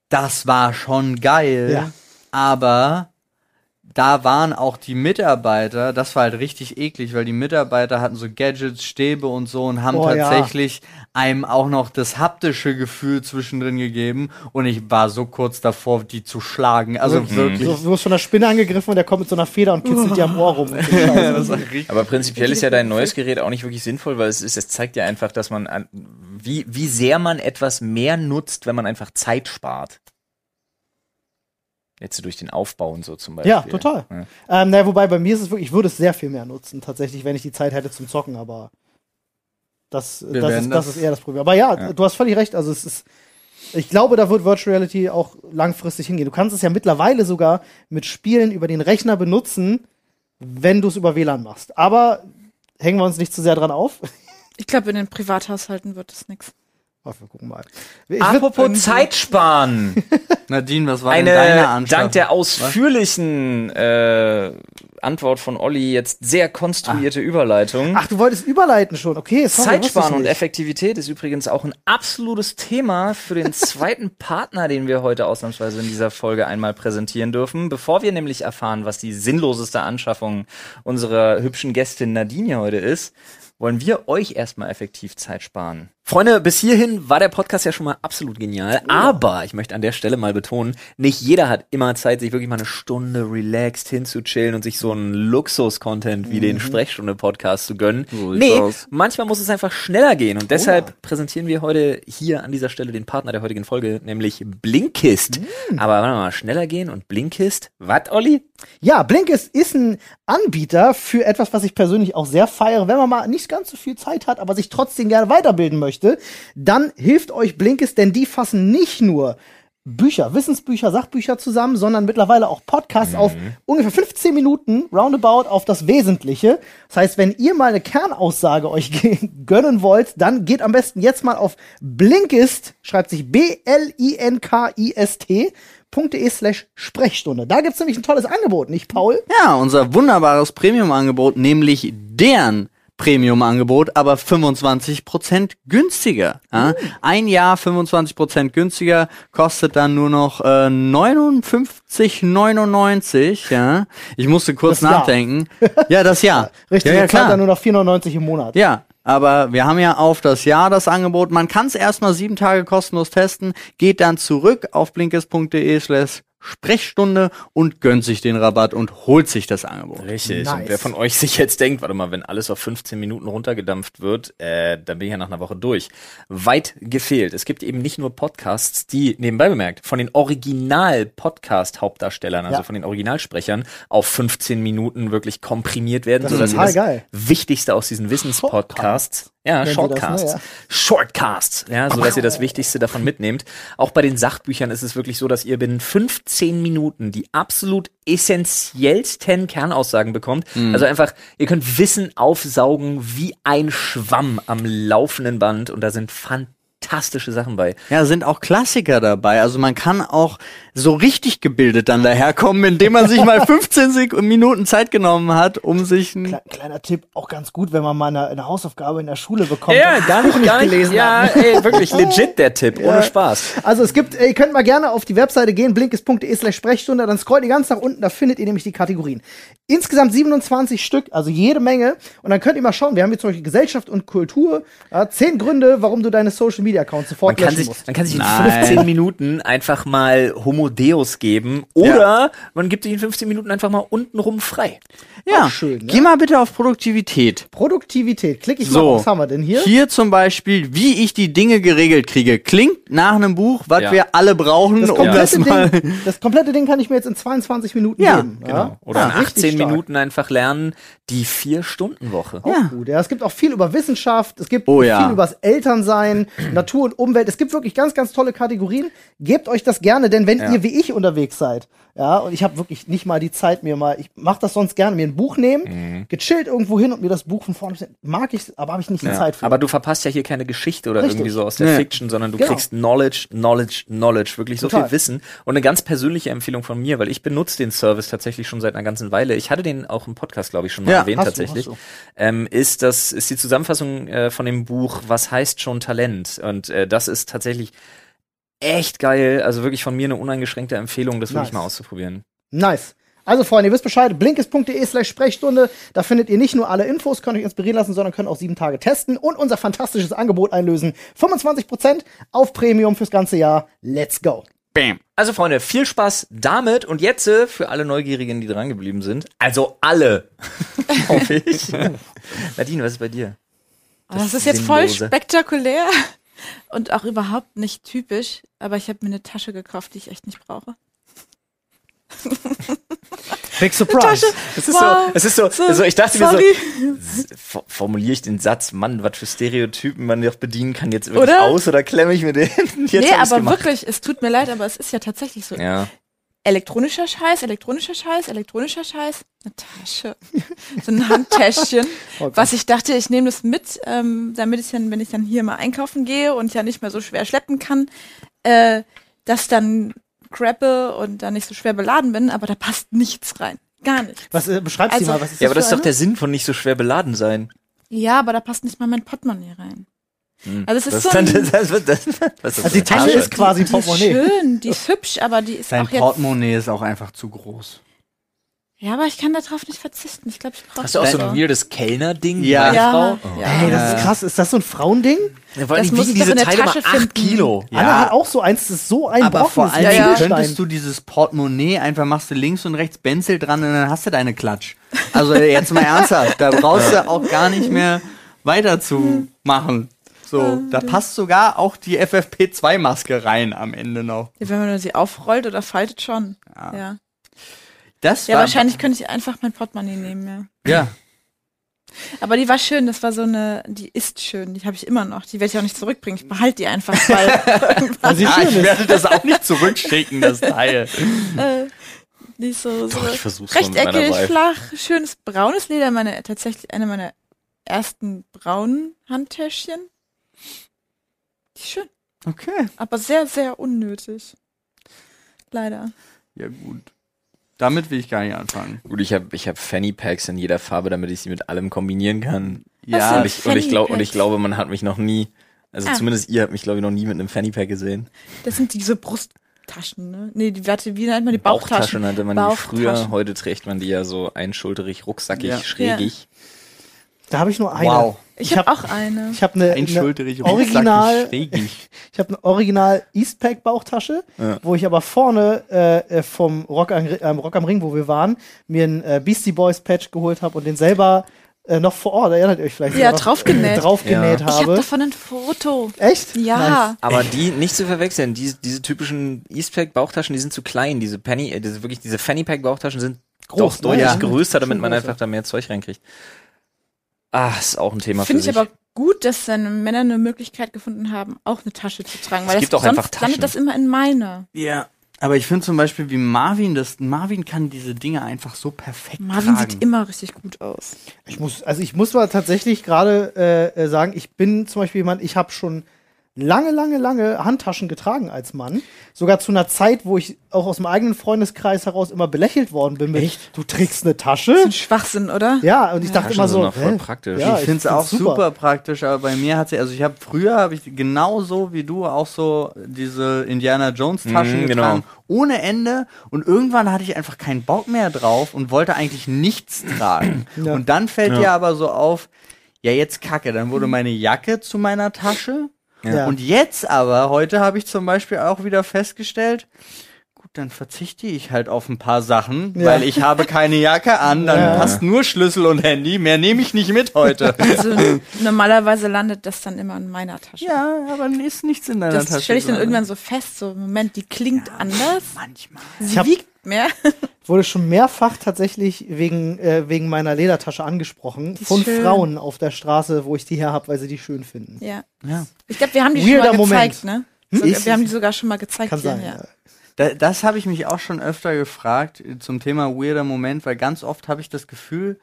Das war schon geil. Ja. Aber da waren auch die Mitarbeiter, das war halt richtig eklig, weil die Mitarbeiter hatten so Gadgets, Stäbe und so und haben Oh, ja. tatsächlich einem auch noch das haptische Gefühl zwischendrin gegeben und ich war so kurz davor, die zu schlagen. Also wirklich. Mhm. So, du wirst von der Spinne angegriffen und der kommt mit so einer Feder und *laughs* kitzelt dir am Ohr rum. Und so Scheiße. Aber prinzipiell ist ja dein neues Gerät auch nicht wirklich sinnvoll, weil es ist, es zeigt ja einfach, dass man an, wie, wie sehr man etwas mehr nutzt, wenn man einfach Zeit spart. Jetzt durch den Aufbau und so zum Beispiel. Ja, total. Ja. Ähm, naja, wobei bei mir ist es wirklich, ich würde es sehr viel mehr nutzen, tatsächlich, wenn ich die Zeit hätte zum Zocken, aber das, Wir das, werden ist, das das- ist eher das Problem. Aber ja, Ja. du hast völlig recht. Also es ist, ich glaube, da wird Virtual Reality auch langfristig hingehen. Du kannst es ja mittlerweile sogar mit Spielen über den Rechner benutzen, wenn du es über WLAN machst. Aber hängen wir uns nicht zu sehr dran auf. *laughs* Ich glaube, in den Privathaushalten wird das nix. Ach, wir gucken mal. Ich würd- Apropos Zeit sparen. *laughs* Nadine, was war denn deine Eine, Anschaffung? dank der ausführlichen äh, Antwort von Olli, jetzt sehr konstruierte Überleitung. Ah. Ach, du wolltest überleiten schon. Okay, sorry, Zeit wusste ich sparen und nicht. Effektivität ist übrigens auch ein absolutes Thema für *laughs* den zweiten Partner, den wir heute ausnahmsweise in dieser Folge einmal präsentieren dürfen. Bevor wir nämlich erfahren, was die sinnloseste Anschaffung unserer hübschen Gästin Nadine heute ist, wollen wir euch erstmal effektiv Zeit sparen. Freunde, bis hierhin war der Podcast ja schon mal absolut genial, Oh aber ich möchte an der Stelle mal betonen, nicht jeder hat immer Zeit, sich wirklich mal eine Stunde relaxed hinzuchillen und sich so ein schon Luxus-Content wie den Sprechstunde-Podcast zu gönnen. Mhm. sieht's nee, aus. Oh manchmal muss es einfach schneller gehen. Und deshalb präsentieren wir heute hier an dieser Stelle den Partner der heutigen Folge, nämlich Blinkist. Mhm. Aber warte mal, schneller gehen und Blinkist. Was, Olli? Ja, Blinkist ist ein Anbieter für etwas, was ich persönlich auch sehr feiere. Wenn man mal nicht ganz so viel Zeit hat, aber sich trotzdem gerne weiterbilden möchte, dann hilft euch Blinkist, denn die fassen nicht nur Bücher, Wissensbücher, Sachbücher zusammen, sondern mittlerweile auch Podcasts auf ungefähr 15 Minuten roundabout auf das Wesentliche. Das heißt, wenn ihr mal eine Kernaussage euch *laughs* ge- gönnen wollt, dann geht am besten jetzt mal auf Blinkist, schreibt sich B-L-I-N-K-I-S-T .de slash Sprechstunde. Da gibt's nämlich ein tolles Angebot, nicht Paul? Ja, unser wunderbares Premium-Angebot, nämlich deren Premium-Angebot, aber 25% günstiger. Uh. Ja? Ein Jahr 25% günstiger, kostet dann nur noch äh, 59,99. Ja? Ich musste kurz Das Jahr. nachdenken. Ja, das Jahr. *laughs* Richtig, ja, ja, ihr zahlt klar. dann nur noch 4,99 im Monat. Ja, aber wir haben ja auf das Jahr das Angebot. Man kann es erstmal sieben Tage kostenlos testen, geht dann zurück auf blinkes.de slash Sprechstunde und gönnt sich den Rabatt und holt sich das Angebot. Richtig. Nice. Und wer von euch sich jetzt denkt, warte mal, wenn alles auf 15 Minuten runtergedampft wird, äh, dann bin ich ja nach einer Woche durch. Weit gefehlt. Es gibt eben nicht nur Podcasts, die, nebenbei bemerkt, von den Original-Podcast-Hauptdarstellern, also Ja. von den Originalsprechern, auf 15 Minuten wirklich komprimiert werden, Das ist sodass ihr total das geil. Wichtigste aus diesen Wissenspodcasts, ja, Nennen sie das, ne? Shortcasts, Ja. Shortcasts, ja, so dass ihr das Wichtigste davon mitnehmt. Auch bei den Sachbüchern ist es wirklich so, dass ihr binnen 15 Minuten die absolut essentiellsten Kernaussagen bekommt. Mhm. Also einfach, ihr könnt Wissen aufsaugen wie ein Schwamm am laufenden Band und da sind fantastische Sachen bei. Ja, sind auch Klassiker dabei. Also man kann auch so richtig gebildet dann daherkommen, indem man *laughs* sich mal 15 Sek Minuten Zeit genommen hat, um sich ein Kle kleiner Tipp, auch ganz gut, wenn man mal eine, eine Hausaufgabe in der Schule bekommt. und das Buch gelesen Ja, hat. *laughs* ey, wirklich legit der Tipp, ohne Spaß. Also es gibt, ihr könnt mal gerne auf die Webseite gehen, blinkes.de slash Sprechstunde, dann scrollt ihr ganz nach unten, da findet ihr nämlich die Kategorien. Insgesamt 27 Stück, also jede Menge. Und dann könnt ihr mal schauen, wir haben hier zum Beispiel Gesellschaft und Kultur, ja, zehn Gründe, warum du deine Social Media Accounts Man sofort kann, löschen sich, musst. man kann sich in Nein. 15 Minuten einfach mal Homo Deus geben oder man gibt sich in 15 Minuten einfach mal untenrum frei. Ja, Auch schön, geh ja. mal bitte auf Produktivität. Produktivität, klicke ich mal, So, was haben wir denn hier? Hier zum Beispiel, wie ich die Dinge geregelt kriege. Klingt nach einem Buch, was Ja. wir alle brauchen, das, um das komplette mal. Ding, das komplette Ding kann ich mir jetzt in 22 Minuten Ja, geben. Ja? Oder in Ja, richtig 18 stark. Oh, Minuten einfach lernen die 4-Stunden-Woche. Auch Ja. gut. Ja, es gibt auch viel über Wissenschaft, es gibt Oh ja. viel übers Elternsein, *clears throat* Natur und Umwelt. Es gibt wirklich ganz, ganz tolle Kategorien. Gebt euch das gerne, denn wenn ihr wie ich unterwegs seid, ja, und ich habe wirklich nicht mal die Zeit, mir mal, ich mache das sonst gerne, mir ein Buch nehmen, gechillt irgendwo hin und mir das Buch von vorne bis hinten- mag ich, aber habe ich nicht die Zeit für. Aber du verpasst ja hier keine Geschichte oder Richtig. irgendwie so aus der Nee. Fiction, sondern du Genau. kriegst Knowledge, Knowledge, Knowledge, wirklich so Total. viel Wissen und eine ganz persönliche Empfehlung von mir, weil ich benutze den Service tatsächlich schon seit einer ganzen Weile. Ich hatte den auch im Podcast, glaube ich, schon mal Ja, erwähnt hast du, tatsächlich. hast du. Ähm, ist das ist die Zusammenfassung äh, von dem Buch Was heißt schon Talent und äh, das ist tatsächlich echt geil, also wirklich von mir eine uneingeschränkte Empfehlung, das Nice. wirklich mal auszuprobieren. Nice. Also Freunde, ihr wisst Bescheid, blinkes.de slash Sprechstunde, da findet ihr nicht nur alle Infos, könnt euch inspirieren lassen, sondern könnt auch sieben Tage testen und unser fantastisches Angebot einlösen. 25% auf Premium fürs ganze Jahr. Let's go. Bam. Also Freunde, viel Spaß damit und jetzt äh, für alle Neugierigen, die dran geblieben sind, also alle, *laughs* hoffe *laughs* ich. Nadine, was ist bei dir? Das, ist jetzt voll Sinnlose. spektakulär *laughs* und auch überhaupt nicht typisch, aber ich habe mir eine Tasche gekauft, die ich echt nicht brauche. Big Surprise. Es ist so, es ist so, also ich dachte sorry. mir so, f- formuliere ich den Satz, Mann, was für Stereotypen man noch bedienen kann, jetzt wirklich Oder? aus oder klemme ich mir den *laughs* hinten jetzt nee, hab ich's aber gemacht. wirklich, es tut mir leid, aber es ist ja tatsächlich so. Ja. Elektronischer Scheiß, elektronischer Scheiß, elektronischer Scheiß, eine Tasche, so ein Handtäschchen, *laughs* was ich dachte, ich nehme das mit, ähm, damit ich dann, wenn ich dann hier mal einkaufen gehe und ja nicht mehr so schwer schleppen kann, äh, das dann crappe und dann nicht so schwer beladen bin, aber da passt nichts rein. Gar nicht. Was äh, beschreibst du Also- mal? Was ist ja, aber das für ist doch eine? der Sinn von nicht so schwer beladen sein. Ja, aber da passt nicht mal mein Portemonnaie rein. Also es ist Hm, Das so dann, ein, das, das, das, das ist also die eine Tasche ist quasi die ist Portemonnaie. schön, die ist hübsch, aber die ist Dein auch jetzt Portemonnaie ist auch einfach zu groß. Ja, aber ich kann darauf nicht verzichten. Ich glaube, ich brauche Hast du auch so ein weirdes Kellner-Ding? Ja. Meine Ja, Frau? ja. Ey, das ist krass. Ist das so ein Frauending? Ja, Vor allem Das musst wiegen du diese in der Teile mal Tasche 8 finden. Kilo. Ja. Anna hat auch so eins, das ist so ein Aber Brocken, vor das allen ist ein ja, Dingen ja. Ziegelstein. könntest du dieses Portemonnaie einfach machst du links und rechts Benzel dran und dann hast du deine Klatsch. Also äh, jetzt mal ernsthaft, da brauchst du auch gar nicht mehr weiter zu machen. So, da passt sogar auch die FFP2-Maske rein am Ende noch. Ja, wenn man sie aufrollt oder faltet schon. Ja, ja. Das war, wahrscheinlich könnte ich einfach mein Portemonnaie nehmen, ja. Ja. Aber die war schön, das war so eine, die ist schön, die habe ich immer noch. Die werde ich auch nicht zurückbringen. Ich behalte die einfach, weil Weil sie Ah, *laughs* schön ich ist. werde das auch nicht zurückschicken, das Teil. Äh, die ist so, so Doch, ich versuch's mal mit meiner rechteckig, Wife. flach, schönes braunes Leder, meine tatsächlich eine meiner ersten braunen Handtäschchen. Die ist schön, Okay. aber sehr, sehr unnötig. Leider. Ja, gut. Damit will ich gar nicht anfangen. Gut, ich habe ich hab Fanny Packs in jeder Farbe, damit ich sie mit allem kombinieren kann. Was Ja, sind- Und ich, und, ich Fanny glaub, und Packs. ich glaube, man hat mich noch nie, also Ah. zumindest ihr habt mich, glaube ich, noch nie mit einem Fanny Pack gesehen. Das sind diese Brusttaschen, ne? Nee, die warte, wie nennt man die Bauchtaschen? hatte man die früher, Bauchtaschen. heute trägt man die ja so einschulterig, rucksackig, Ja. schrägig. Da habe ich nur eine. Wow. Ich Ich habe hab- auch eine. Ich habe eine, eine einschulterig, Äh, original- schrägig. ich hab eine original Eastpack Bauchtasche, Ja. wo ich aber vorne äh, äh, vom Rock, am Ri- ähm, Rock am Ring, wo wir waren, mir ein äh, Beastie Boys Patch geholt habe und den selber äh, noch vor Ort, erinnert ihr euch vielleicht Ja, noch, draufgenäht. äh, draufgenäht Ja. Ich habe habe. davon ein Foto. Echt? Ja. *laughs* Aber die nicht zu verwechseln, die, diese typischen Eastpack Bauchtaschen, die sind zu klein, diese Penny, äh, diese wirklich diese Fanny Pack Bauchtaschen sind Groß, doch deutlich ne? Ja. größer, damit Schon man größer. einfach da mehr Zeug reinkriegt. Ah, ist auch ein Thema Finde für ich sich. aber gut, dass seine Männer eine Möglichkeit gefunden haben, auch eine Tasche zu tragen, weil Es das gibt auch sonst einfach Taschen. landet das immer in meiner. Ja. Aber ich finde zum Beispiel, wie Marvin das, Marvin kann diese Dinge einfach so perfekt Marvin tragen. sieht immer richtig gut aus. Ich muss, also ich muss mal tatsächlich gerade äh, äh, sagen, ich bin zum Beispiel jemand, ich habe schon lange, lange, lange Handtaschen getragen als Mann. Sogar zu einer Zeit, wo ich auch aus meinem eigenen Freundeskreis heraus immer belächelt worden bin mit, du trägst eine Das ist Tasche? ein Schwachsinn, oder? Ja, und ich dachte Taschen immer sind so, noch voll hä? praktisch. Ja, ich finde es auch find's super. praktisch, aber bei mir hat sie, also ich habe früher habe ich genauso wie du auch so diese Indiana Jones Taschen Mhm, genau. getragen, ohne Ende und irgendwann hatte ich einfach keinen Bock mehr drauf und wollte *clears throat* eigentlich nichts tragen. Ja. Und dann fällt dir aber so auf, ja jetzt kacke, dann wurde meine Jacke zu meiner Tasche. Ja. Und jetzt aber, heute habe ich zum Beispiel auch wieder festgestellt, gut, dann verzichte ich halt auf ein paar Sachen, Ja. weil ich habe keine Jacke an, dann Ja. passt nur Schlüssel und Handy, mehr nehme ich nicht *laughs* mit heute. Also normalerweise landet das dann immer in meiner Tasche. ja, aber dann ist nichts in deiner das stelle ich dann irgendwann so fest, so Moment, die klingt anders, Manchmal. Ich sie hab- wiegt mehr. Wurde schon mehrfach tatsächlich wegen, äh, wegen meiner Ledertasche angesprochen Die ist von schön. Frauen auf der Straße, wo ich die her habe, weil sie die schön finden. ja. Ja. Hm? Ich glaube, wir haben die Weirder schon mal gezeigt, ne? So, Ich- wir haben die sogar schon mal gezeigt. Kann hier, sein. ja. Ja. Da, das habe ich mich auch schon öfter gefragt äh, zum Thema weirder Moment, weil ganz oft habe ich das Gefühl,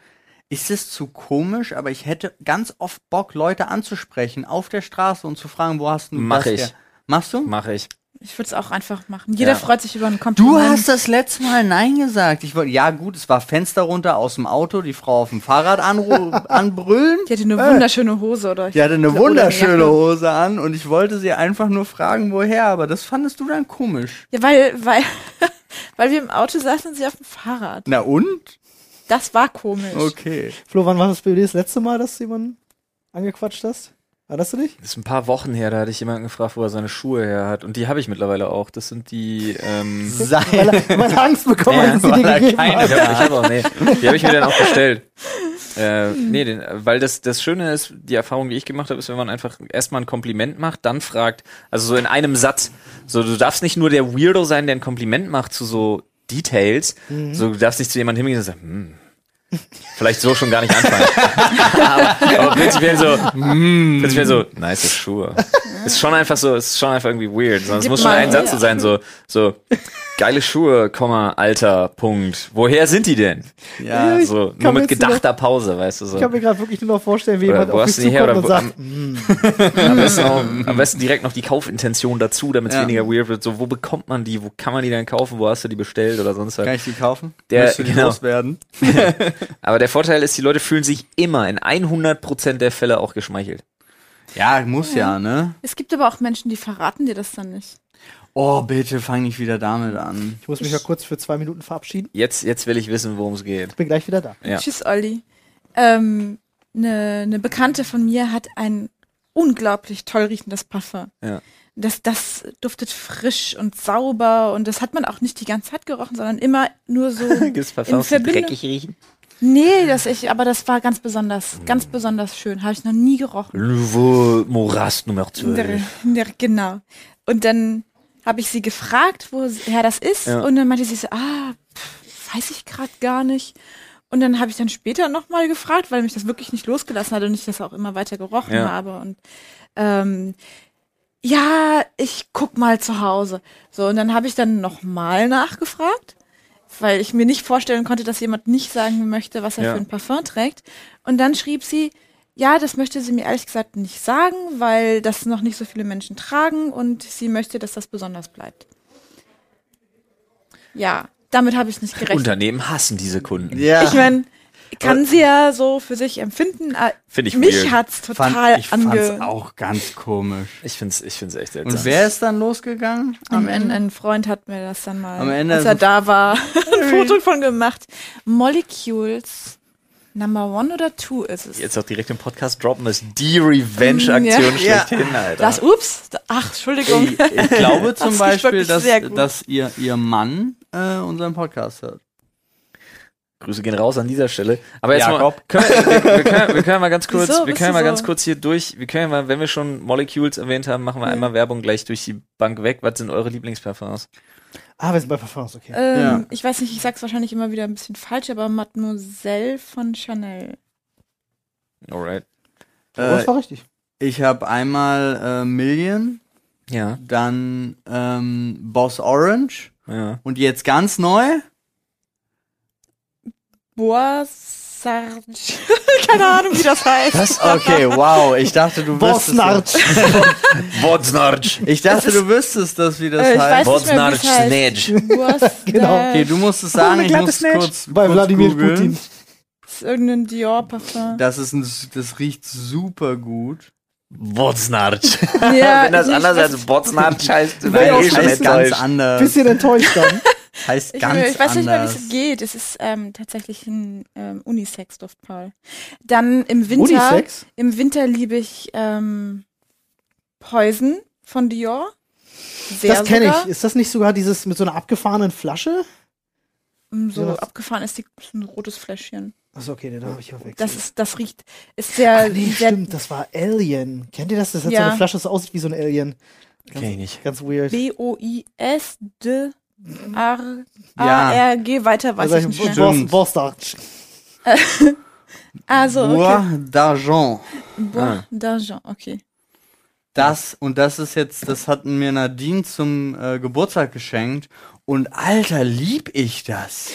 ist es zu komisch, aber ich hätte ganz oft Bock, Leute anzusprechen auf der Straße und zu fragen, wo hast du Mach das ich. her? Machst du? Mache ich. Ich würde es auch einfach machen. Jeder Ja. freut sich über einen Du Kompliment. hast das letzte Mal Nein gesagt. Ich wollte, ja gut, es war Fenster runter aus dem Auto, die Frau auf dem Fahrrad *laughs* anru- anbrüllen. die hatte eine wunderschöne Hose, oder? Äh. Die hatte eine Oder wunderschöne Jacke. Hose an und ich wollte sie einfach nur fragen, woher, aber das fandest du dann komisch. Ja, weil, weil, *laughs* weil wir im Auto saßen und sie auf dem Fahrrad. Na und? Das war komisch. Okay. Flo, wann war das bei dir das letzte Mal, dass du jemanden angequatscht hast? War das du *laughs* dich? Das ist ein paar Wochen her, da hatte ich jemanden gefragt, wo er seine Schuhe her hat. Und die habe ich mittlerweile auch. Das sind die, ähm, Weil Sei er, weil er Angst bekommen Ja, hat, dass sie *laughs* weil dir er gegeben keine- hat. Ich hab, ich hab auch, nee, die habe ich mir dann auch bestellt. Äh, nee, den, weil das, das Schöne ist, die Erfahrung, die ich gemacht habe, ist, wenn man einfach erstmal ein Kompliment macht, dann fragt, also so in einem Satz, so du darfst nicht nur der Weirdo sein, der ein Kompliment macht zu so Details, so du darfst nicht zu jemandem hingehen und sagen, hm, vielleicht so schon gar nicht *laughs* anfangen. aber, aber prinzipiell so, Mm. hm, prinzipiell so, nice Schuhe. Ist schon einfach so, ist schon einfach irgendwie weird, sondern es Gib muss schon mal ein Satz her. so sein, so, so, Geile Schuhe, Komma, Alter, Punkt. Woher sind die denn? Ja, Ich So, kann nur mir mit jetzt gedachter Pause, weißt du so. Ich kann mir gerade wirklich nur noch vorstellen, wie Oder jemand wo auf mich hast du die her, zukommt und mm. oder wo- sagt, Am besten, auch, am besten direkt noch die Kaufintention dazu, damit es Ja. weniger weird wird. So, wo bekommt man die? Wo kann man die denn kaufen? Wo hast du die bestellt oder sonst Kann was? ich die kaufen? Der- Müsste die genau. loswerden? Aber der Vorteil ist, die Leute fühlen sich immer in 100% der Fälle auch geschmeichelt. Ja, muss ja, ne? Es gibt aber auch Menschen, die verraten dir das dann nicht. Oh, bitte fang nicht wieder damit an. Ich muss mich mal kurz für zwei Minuten verabschieden. Jetzt, jetzt will ich wissen, worum es geht. Bin gleich wieder da. Ja. Tschüss, Olli. Ähm, eine, eine Bekannte von mir hat ein unglaublich toll riechendes Parfum. Ja. Das, das duftet frisch und sauber und das hat man auch nicht die ganze Zeit gerochen, sondern immer nur so. *laughs* Gibt's Parfums, die Verbindung- dreckig riechen? nee, das ich, aber das war ganz besonders, Mhm. ganz besonders schön. Habe ich noch nie gerochen. Nouveau Morast Nummer 12. Ja, genau. Und dann habe ich sie gefragt, woher das ist. Ja. Und dann meinte sie so, ah, pf, weiß ich gerade gar nicht. Und dann habe ich dann später nochmal gefragt, weil mich das wirklich nicht losgelassen hat und ich das auch immer weiter gerochen Ja. habe. Und ähm, ja, ich guck mal zu Hause. So, und dann habe ich dann nochmal nachgefragt, weil ich mir nicht vorstellen konnte, dass jemand nicht sagen möchte, was er Ja. für ein Parfum trägt. Und dann schrieb sie, ja, das möchte sie mir ehrlich gesagt nicht sagen, weil das noch nicht so viele Menschen tragen und sie möchte, dass das besonders bleibt. Ja, damit habe ich nicht gerechnet. Unternehmen hassen diese Kunden. Ja. Ich meine, kann sie ja so für sich empfinden. aber Find ich Mich weird. hat's Fand, total ich fand's ange... auch ganz komisch. Ich find's, ich find's echt seltsam. Und wer ist dann losgegangen? Am Ende, ein Freund hat mir das dann mal, Am Ende als er ist- da war, ein Foto von gemacht. Molecules Number One oder Two ist es. jetzt auch direkt im Podcast droppen, ist die Revenge-Aktion Ja. schlechthin, Alter. Das, ups, da- ach, Entschuldigung. *laughs* Ich, ich *laughs* glaube zum mich Beispiel, wirklich dass, sehr gut. dass ihr, ihr Mann äh, unseren Podcast hört. Grüße gehen raus an dieser Stelle. Aber jetzt mal, Jakob. können wir, wir, wir, können, wir können *laughs* mal ganz kurz, Wieso? wir Bist du können mal so- ganz kurz hier durch, wir können mal, wenn wir schon Molecules erwähnt haben, machen wir einmal Werbung gleich durch die Bank weg. Was sind eure Lieblingsperformance? Ah, wir sind bei Parfums, Äh, okay. Ähm, Ja. Ich weiß nicht, ich sag's wahrscheinlich immer wieder ein bisschen falsch, aber Mademoiselle von Chanel. Alright. oh, Äh, das war richtig. ich habe einmal äh, Million, Ja, dann ähm, Boss Orange ja. und jetzt ganz neu. Boa Sarge. *laughs* Keine Ahnung, wie das heißt. Was? Okay, wow. Ich dachte, du wüsstest. Bosnarch. *laughs* Wodsnarch. Ich dachte, du wüsstest das, wie das Äh, ich heißt. weiß nicht mehr, Wodsnarch wie's heißt. Snedge. Boas Genau. Okay, du musst es sagen. Ich muss es kurz, bei kurz Wladimir googeln. Putin. Das ist irgendein Dior-Parfum. Das ist ein, das riecht super gut. Wodsnarch. Ja, Wenn das nee, ich anders weiß- als Wodsnarch heißt, dann Nein, bin das ich schon heißt heißt enttäuscht. ganz anders. Bisschen enttäuscht dann. heißt Ich, ganz ich weiß nicht mehr, anders. wie es geht. Es ist ähm, tatsächlich ein ähm, Unisex-Duftpaar. Dann im Winter, Unisex? im Winter liebe ich ähm, Poison von Dior. Sehr Das kenne sogar. ich. Ist das nicht sogar dieses mit so einer abgefahrenen Flasche? Mm, So Sowas. abgefahren ist, die, ist ein rotes Fläschchen. Achso, okay, den habe ich verwechselt. Das ist, das riecht, ist sehr, Ah, nee, sehr stimmt, das war Alien. Kennt ihr das? Das hat Ja. so eine Flasche, das aussieht wie so ein Alien. Kenn ich nicht. Ganz weird. B-O-I-S D R Ja. A R G weiter weiß ich Also, nicht mehr. Bos- Stimmt. Bosnarch. Also Bois okay. d'argent. Bois d'argent, okay. Das und das ist jetzt, das hat mir Nadine zum äh, Geburtstag geschenkt und alter, lieb ich das.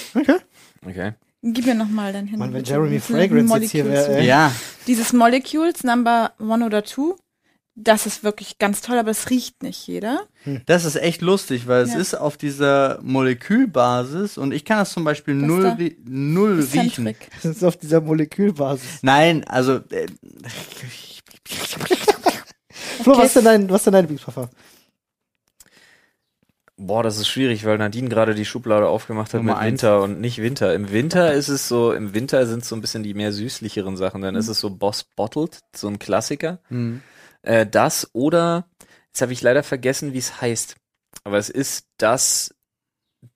Okay. Gib mir nochmal dein Handy. Mann, wenn bitte. Jeremy Das sind Fragrance jetzt hier Molecules. wär, ey. Ja, Dieses Molecules Number One oder Two, das ist wirklich ganz toll, aber es riecht nicht jeder. das ist echt lustig, weil es Ja. ist auf dieser Molekülbasis und ich kann das zum Beispiel Das null, da. rie- null Das ist ein riechen. Trick. *laughs* Das ist auf dieser Molekülbasis. Nein, also äh, Flo, was ist denn dein, was ist denn dein Lieblingsparfum? Boah, das ist schwierig, weil Nadine gerade die Schublade aufgemacht hat Nummer mit eins. Winter und nicht Winter. Im Winter ist es so, im Winter sind so ein bisschen die mehr süßlicheren Sachen. Dann ist es so Boss Bottled, so ein Klassiker. hm, Äh, das oder, jetzt habe ich leider vergessen, wie es heißt. Aber es ist das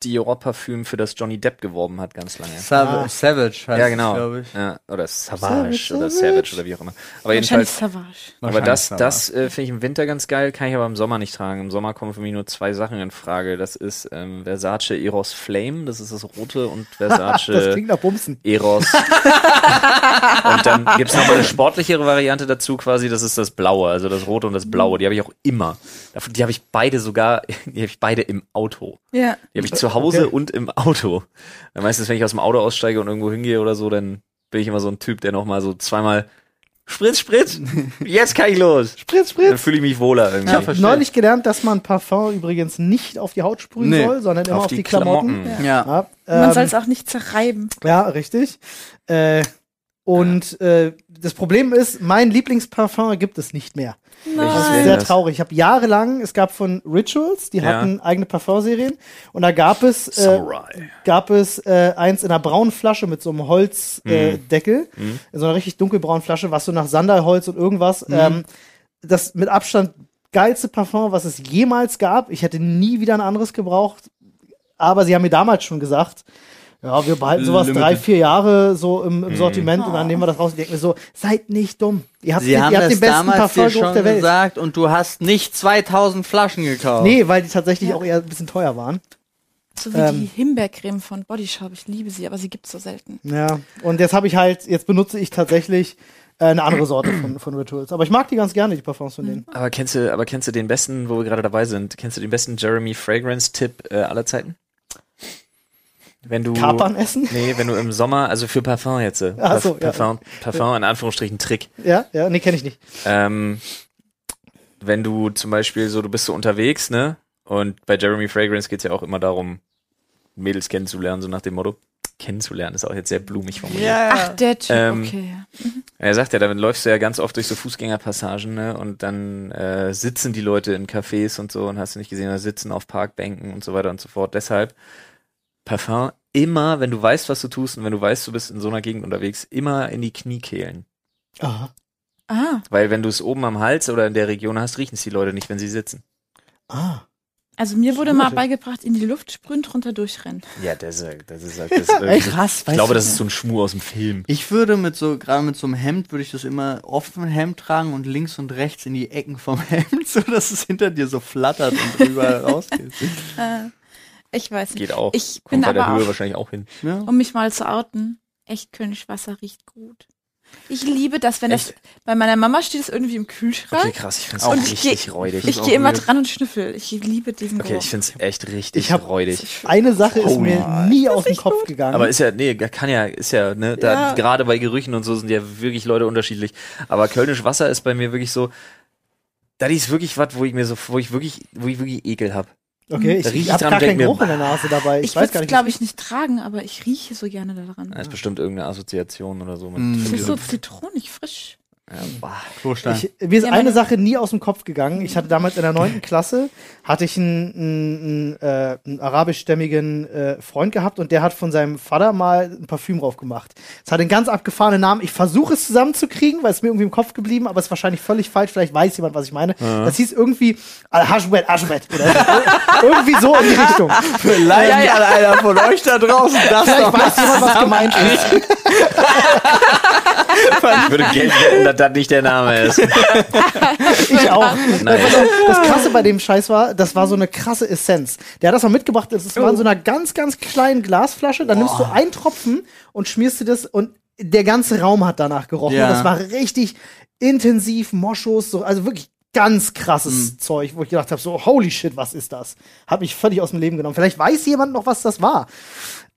Dior-Parfüm, für das Johnny Depp geworben hat, ganz lange. Sav Ah. Savage heißt ja, es, genau. glaube ich. Ja, oder Savage, Savage, oder Savage. Savage oder wie auch immer. Aber Wahrscheinlich jedenfalls, Savage. aber das, Wahrscheinlich das äh, finde ich im Winter ganz geil, kann ich aber im Sommer nicht tragen. Im Sommer kommen für mich nur zwei Sachen in Frage. Das ist ähm, Versace Eros Flame, das ist das rote *laughs* und Versace Das klingt nach Bumsen. *laughs* Eros. und dann gibt's noch mal eine sportlichere Variante dazu quasi, das ist das Blaue, also das Rote und das Blaue. Die habe ich auch immer. Davon- Die habe ich beide sogar, *laughs* die habe ich beide im Auto. Ja. Die habe ich zu Hause Okay. und im Auto. Dann meistens, wenn ich aus dem Auto aussteige und irgendwo hingehe oder so, dann bin ich immer so ein Typ, der noch mal so zweimal Spritz, *laughs* Spritz, jetzt kann ich los. Spritz, Dann Spritz. fühle ich mich wohler irgendwie. Ja, verstehe. Neulich gelernt, dass man Parfum übrigens nicht auf die Haut sprühen Nee, soll, sondern immer auf, die, Klamotten. Ja. Ja, Man ähm, soll es auch nicht zerreiben. ja, richtig. Äh, Und äh, das Problem ist, mein Lieblingsparfum gibt es nicht mehr. Ah. Das ist Nein. sehr Das- traurig. Ich habe jahrelang, es gab von Rituals, die Ja. hatten eigene Parfumserien und da gab es äh, Samurai. gab es äh, eins in einer braunen Flasche mit so einem Holzdeckel, äh, Deckel, in so einer richtig dunkelbraunen Flasche, was so nach Sanderholz und irgendwas. Ähm, das mit Abstand geilste Parfum, was es jemals gab. Ich hätte nie wieder ein anderes gebraucht, aber sie haben mir damals schon gesagt, ja, wir behalten sowas Limited. drei, vier Jahre so im, im Sortiment und dann nehmen wir das raus. Ich denke mir so, seid nicht dumm. Ihr habt, Oh. Sie den- haben ihr habt das den besten damals dir Parfumgeruch schon der Welt. gesagt und du hast nicht 2000 Flaschen gekauft. Nee, weil die tatsächlich auch eher ein bisschen teuer waren. So wie die Himbeercreme von Body Shop. Ich liebe sie, aber sie gibt's so selten. Ja, und jetzt habe ich halt, jetzt benutze ich tatsächlich äh, eine andere Sorte von, von Rituals. Aber ich mag die ganz gerne, die Parfums von denen. Aber kennst du, aber kennst du den besten, wo wir gerade dabei sind, kennst du den besten Jeremy Fragrance-Tipp äh, aller Zeiten? Wenn du. Kapern essen? Nee, wenn du im Sommer, also für Parfum jetzt. äh, Ach so, ja. Parfum, Parfum in Anführungsstrichen Trick. Ja, ja, nee, kenne ich nicht. Ähm, wenn du zum Beispiel so, du bist so unterwegs, ne? Und bei Jeremy Fragrance geht's ja auch immer darum, Mädels kennenzulernen, so nach dem Motto. Kennenzulernen ist auch jetzt sehr blumig formuliert. Ach, der Typ, Ähm, okay. Er sagt ja, damit läufst du ja ganz oft durch so Fußgängerpassagen, ne? Und dann äh, sitzen die Leute in Cafés und so und hast du nicht gesehen, da sitzen auf Parkbänken und so weiter und so fort. Deshalb Parfum immer, wenn du weißt, was du tust und wenn du weißt, du bist in so einer Gegend unterwegs, immer in die Knie kehlen. Aha. Ah, Weil wenn du es oben am Hals oder in der Region hast, riechen es die Leute nicht, wenn sie sitzen. Ah. also mir wurde mal beigebracht, in die Luft sprühen, drunter durchrennen. Ja, das, äh, das ist, das ist irgendwie- echt? Krass, Ich glaube, das ist so ein Schmur aus dem Film. Ich würde mit so, gerade mit so einem Hemd, würde ich das immer offen Hemd tragen und links und rechts in die Ecken vom *laughs* Hemd, so dass es hinter dir so flattert und drüber *laughs* rausgeht. Äh, ich weiß nicht. Geht auch. Ich bin Kommt bei der aber Höhe auch, wahrscheinlich auch hin. Ja. um mich mal zu outen, echt Königwasser riecht gut. Ich liebe das, wenn das bei meiner Mama steht es irgendwie im Kühlschrank. Okay, krass, ich find's Und auch ich richtig geh- räudig. ich auch gehe immer weird. dran und schnüffel. Ich liebe diesen okay, Geruch. ich find's echt richtig Ich hab- räudig. Eine Sache ist Oh mir nein. nie aus dem Kopf gegangen. Aber ist ja, nee, kann ja, ist ja, ne, da, Ja. gerade bei Gerüchen und so sind ja wirklich Leute unterschiedlich. Aber Kölnisch Wasser ist bei mir wirklich so, das ist wirklich was, wo ich mir so, wo ich wirklich, wo ich wirklich Ekel hab. okay, Da ich, riech ich ich habe dran, gar denk keinen mir, Geruch in der Nase dabei. Ich, Ich, weiß würd's, gar würde nicht. es, glaube ich, nicht tragen, aber ich rieche so gerne daran. Da ist bestimmt irgendeine Assoziation oder so. Mit Mm. Es mit ist so diesem- zitronig frisch. ja, bah. Klostein. Ich, mir ist Ja, eine meine- Sache nie aus dem Kopf gegangen. Ich hatte damals in der neunten Klasse hatte ich einen, einen, äh, einen arabischstämmigen äh, Freund gehabt und der hat von seinem Vater mal ein Parfüm drauf gemacht. Es hat einen ganz abgefahrenen Namen. Ich versuche es zusammenzukriegen, weil es mir irgendwie im Kopf geblieben, aber es ist wahrscheinlich völlig falsch. Vielleicht weiß jemand, was ich meine. Das hieß irgendwie Al-Hashwet, Ashwet oder so. *laughs* irgendwie so in die Richtung. Vielleicht hat einer von euch da draußen das Vielleicht weiß jemand, was gemeint ist. Ich würde Geld wetten, dass das nicht der Name *laughs* ist. Ich auch. Nein. Pass auf, Das Krasse bei dem Scheiß war, das war so eine krasse Essenz. Der hat das mal mitgebracht, das war in so einer ganz, ganz kleinen Glasflasche. Dann nimmst du einen Tropfen und schmierst dir das und der ganze Raum hat danach gerochen. Ja. Das war richtig intensiv, Moschus, so, also wirklich ganz krasses Zeug, wo ich gedacht habe, so holy shit, was ist das? Hab mich völlig aus dem Leben genommen. Vielleicht weiß jemand noch, was das war.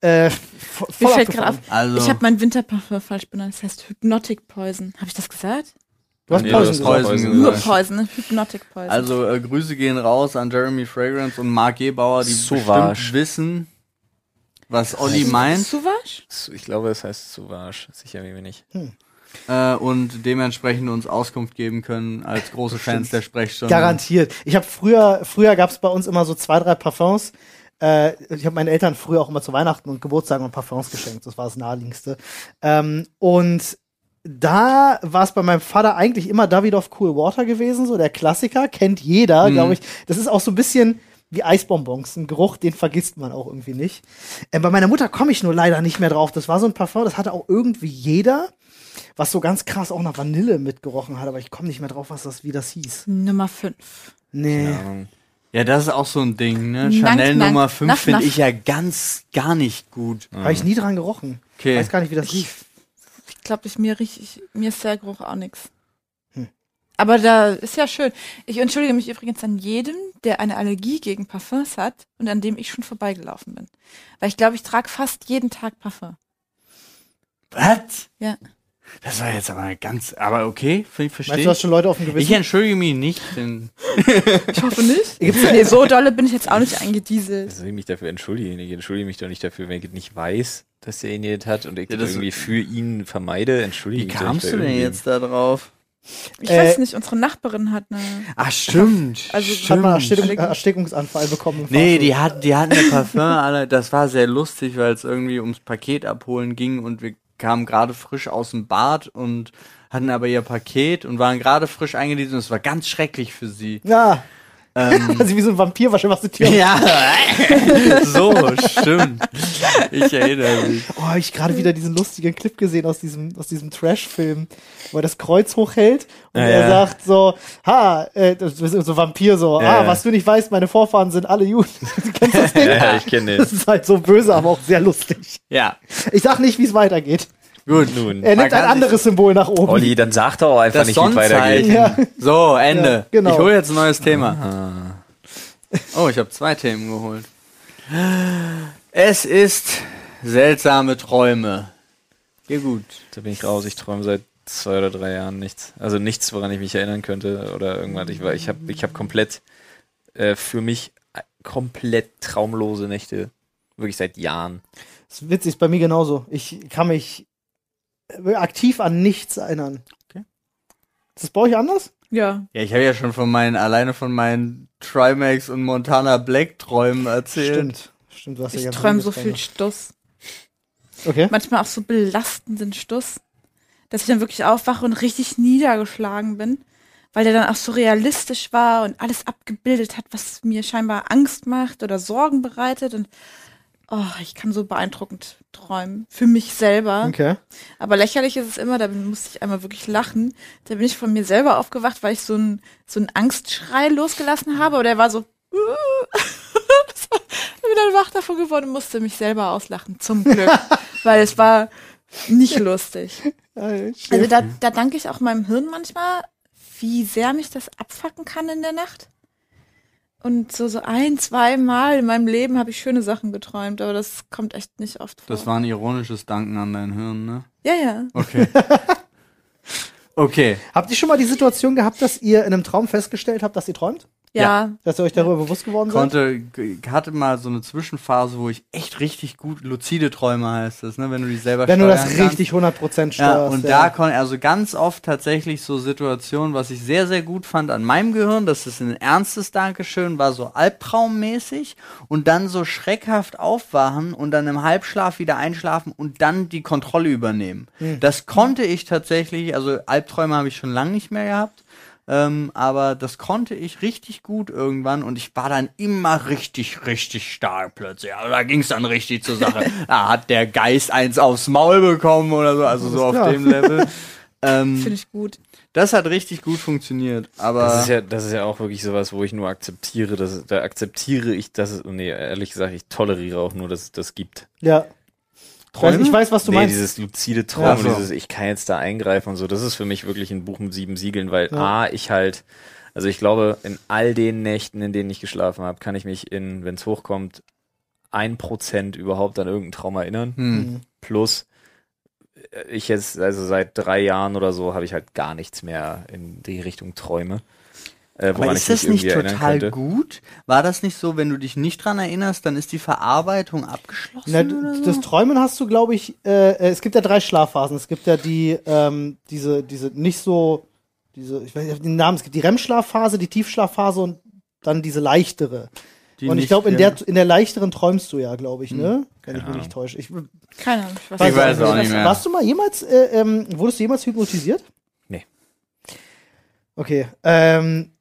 Äh, vo- Mir voll fällt gerade auf, abgefahren. Also- ich habe mein Winterparfum falsch benannt. Das heißt Hypnotic Poison. Habe ich das gesagt? Du hast Nee, Pausen das gesagt. Poison Nur gesagt. Poison, ne? Hypnotic Poison. Also äh, Grüße gehen raus an Jeremy Fragrance und Marc Gebauer, die Sauvage. bestimmt wissen, was Olli meint. Sauvage? Ich glaube, es heißt Sauvage. Sicher wie wenig. äh, und dementsprechend uns Auskunft geben können als große Fans der Sprechstunde. Garantiert. Ich habe früher, früher gab es bei uns immer so zwei, drei Parfums. Äh, ich habe meinen Eltern früher auch immer zu Weihnachten und Geburtstagen und Parfums geschenkt. Das war das naheliegendste. Ähm, und da war es bei meinem Vater eigentlich immer Davidoff Cool Water gewesen, so der Klassiker, kennt jeder, glaube ich. Das ist auch so ein bisschen wie Eisbonbons, ein Geruch, den vergisst man auch irgendwie nicht. Äh, bei meiner Mutter komme ich nur leider nicht mehr drauf. Das war so ein Parfum, das hatte auch irgendwie jeder, was so ganz krass auch nach Vanille mitgerochen hat, aber ich komme nicht mehr drauf, was das, wie das hieß. Nummer 5. Nee. Keine Ahnung. Ja, das ist auch so ein Ding, ne? Nank, Chanel nank, Nummer 5 naff, finde naff. ich ja ganz gar nicht gut. Habe ich nie dran gerochen. Okay. Weiß gar nicht, wie das lief. Ich glaube, ich, mir, riech, ich, mir ist der Geruch auch nix. Hm. Aber da ist ja schön. Ich entschuldige mich übrigens an jedem, der eine Allergie gegen Parfums hat und an dem ich schon vorbeigelaufen bin. Weil ich glaube, ich trage fast jeden Tag Parfum. Was? Ja. Das war jetzt aber ganz, aber okay, ich verstehe. Meinst du, hast schon Leute auf dem ich Gewissen? entschuldige mich nicht, denn Ich hoffe nicht. Nee, so dolle bin ich jetzt auch nicht eingedieselt. Dass ich mich dafür entschuldige. Ich entschuldige mich doch nicht dafür, wenn ich nicht weiß, dass der ihn jetzt hat und ich Ja, das das- irgendwie für ihn vermeide. Entschuldige wie mich doch kamst nicht du bei denn irgendwem. jetzt da drauf? Ich Äh, weiß nicht, unsere Nachbarin hat eine. Ach, stimmt. Also- Hat mal stimmt. Erstickung, Erstickungsanfall bekommen. im Nee, Fahrstuhl. die hat, die hatten eine Parfum, alle. Das war sehr lustig, weil es irgendwie ums Paket abholen ging und wir kamen gerade frisch aus dem Bad und hatten aber ihr Paket und waren gerade frisch eingeliefert und es war ganz schrecklich *laughs* für sie. Ja. Ähm. *laughs* Weil sie wie so ein Vampir wahrscheinlich was die Tür. Ja, so, stimmt. Ich erinnere mich. Oh, hab ich gerade wieder diesen lustigen Clip gesehen aus diesem, aus diesem Trash-Film, wo er das Kreuz hochhält und Ja, er ja. sagt so, ha, äh, das ist so Vampir so, Ja, ah, ja. was du nicht weißt, meine Vorfahren sind alle Juden. *laughs* Du Kennst das Ding? Ja, *laughs* ja, ich kenne *laughs* den. Das ist halt so böse, aber auch sehr lustig. Ja, Ich sag nicht, wie es weitergeht. gut. Nun. Er Man nimmt ein kann sich- anderes Symbol nach oben. Olli, dann sag doch einfach Äh, Das nicht, wie es weitergeht. Sonnenzeichen. Ja. So, Ende. Ja, genau. Ich hole jetzt ein neues Thema. Oh, ich habe zwei Themen geholt. Es ist seltsame Träume. Ja gut. Da bin ich raus. Ich träume seit zwei oder drei Jahren nichts. Also nichts, woran ich mich erinnern könnte oder irgendwas. Ich war, ich habe, ich habe komplett äh, für mich äh, komplett traumlose Nächte. Wirklich seit Jahren. Das ist witzig, ist bei mir genauso. Ich kann mich aktiv an nichts erinnern. Okay. Ist das bei euch anders? Ja. Ja, ich habe ja schon von meinen, alleine von meinen Trimax und Montana Black Träumen erzählt. Stimmt. Stimmt, du hast ja Ich ganz träume anderes so bei viel mir. Stuss. Okay. Manchmal auch so belastenden Stuss, dass ich dann wirklich aufwache und richtig niedergeschlagen bin, weil der dann auch so realistisch war und alles abgebildet hat, was mir scheinbar Angst macht oder Sorgen bereitet. Und oh, ich kann so beeindruckend träumen. Für mich selber. Okay. Aber lächerlich ist es immer, da musste ich einmal wirklich lachen. Da bin ich von mir selber aufgewacht, weil ich so einen so einen Angstschrei losgelassen habe. Oder er war so. *laughs* Das war- ich bin dann wach davon geworden und musste mich selber auslachen, zum *laughs* Glück. weil es war nicht lustig. Also da, da danke ich auch meinem Hirn manchmal, wie sehr mich das abfacken kann in der Nacht. Und so, so ein, zwei Mal in meinem Leben habe ich schöne Sachen geträumt, aber das kommt echt nicht oft vor. Das war ein ironisches Danken an dein Hirn, ne? ja, ja. Okay. *laughs* okay. Habt ihr schon mal die Situation gehabt, dass ihr in einem Traum festgestellt habt, dass ihr träumt? Ja, Dass ihr euch darüber bewusst geworden seid? Konnte, g- hatte mal so eine Zwischenphase, wo ich echt richtig gut, luzide Träume heißt das, ne? Wenn du die selber Wenn du das steuern kannst. richtig 100% steuerst. Ja, und da konnte also ganz oft tatsächlich so Situationen, was ich sehr, sehr gut fand an meinem Gehirn, dass es ein ernstes Dankeschön war, so albtraummäßig und dann so schreckhaft aufwachen und dann im Halbschlaf wieder einschlafen und dann die Kontrolle übernehmen. Das konnte ich tatsächlich, also Albträume habe ich schon lange nicht mehr gehabt. Ähm, aber das konnte ich richtig gut irgendwann und ich war dann immer richtig, richtig stark plötzlich. Also da ging es dann richtig *laughs* zur Sache. da hat der Geist eins aufs Maul bekommen oder so, also so auf klar. dem *laughs* Level. finde ähm, ich gut. das hat richtig gut funktioniert, aber Das ist ja, das ist ja auch wirklich sowas, wo ich nur akzeptiere, dass da akzeptiere ich, dass es, nee, ehrlich gesagt, ich toleriere auch nur, dass es das gibt. ja. Ich weiß, ich weiß, was du nee, meinst. dieses luzide Ja, Traum, und so. dieses ich kann jetzt da eingreifen und so, das ist für mich wirklich ein Buch mit sieben Siegeln, weil Ja. A, ich halt, also ich glaube, in all den Nächten, in denen ich geschlafen habe, kann ich mich in, wenn es hochkommt, ein Prozent überhaupt an irgendeinen Traum erinnern. hm, Plus, äh, ich jetzt, also seit drei Jahren oder so, habe ich halt gar nichts mehr in die Richtung Träume. Äh, Aber ist das nicht irgendwie erinnern total könnte. gut? War das nicht so, wenn du dich nicht dran erinnerst, dann ist die Verarbeitung abgeschlossen? Na, oder so? das Träumen hast du, glaube ich, äh, äh, es gibt ja drei Schlafphasen. Es gibt ja die, ähm, diese, diese nicht so, diese, ich weiß nicht den Namen, es gibt die REM-Schlafphase, die Tiefschlafphase und dann diese leichtere. Die und ich nicht Hm, glaube, in mehr- der, in der leichteren träumst du ja, glaube ich, ne? Wenn ich mich Ahnung. nicht täusche. Ich, Keine Ahnung. Ich weiß, Ich weiß nicht. auch nicht mehr. Warst du mal jemals, äh, ähm, wurdest du jemals hypnotisiert? Nee. Okay. Ähm,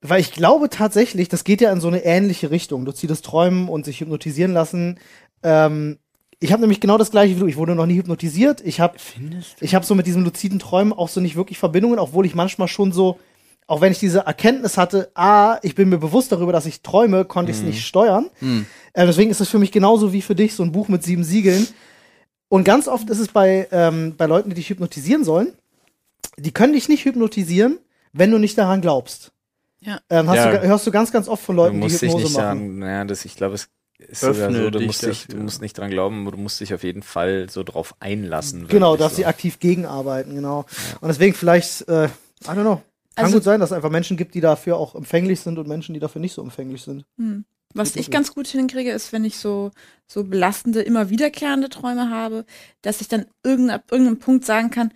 weil ich glaube tatsächlich, das geht ja in so eine ähnliche Richtung. Luzides Träumen und sich hypnotisieren lassen. Ähm, ich habe nämlich genau das gleiche wie du. Ich wurde noch nie hypnotisiert. Ich habe Findest ich habe so mit diesem luziden Träumen auch so nicht wirklich Verbindungen, obwohl ich manchmal schon so, auch wenn ich diese Erkenntnis hatte, ah, ich bin mir bewusst darüber, dass ich träume, konnte ich es nicht steuern. Mhm. Äh, deswegen ist es für mich genauso wie für dich so ein Buch mit sieben Siegeln. Und ganz oft ist es bei, ähm, bei Leuten, die dich hypnotisieren sollen, die können dich nicht hypnotisieren, wenn du nicht daran glaubst. Ja. Ähm, hast Ja. Du, hörst du ganz, ganz oft von Da Leuten, die muss ich Hypnose nicht machen. sagen, naja, das, ich glaube, es Ist sogar Öffne so, du, dich musst dich, du dafür. musst nicht dran glauben, aber du musst dich auf jeden Fall so drauf einlassen. Genau, wirklich dass so. sie aktiv gegenarbeiten, genau. Und deswegen vielleicht, äh, I don't know. Kann Also- gut sein, dass es einfach Menschen gibt, die dafür auch empfänglich sind und Menschen, die dafür nicht so empfänglich sind. Hm. Was Gut, ich gut. ganz gut hinkriege, ist, wenn ich so, so belastende, immer wiederkehrende Träume habe, dass ich dann irgend, ab irgendeinem Punkt sagen kann,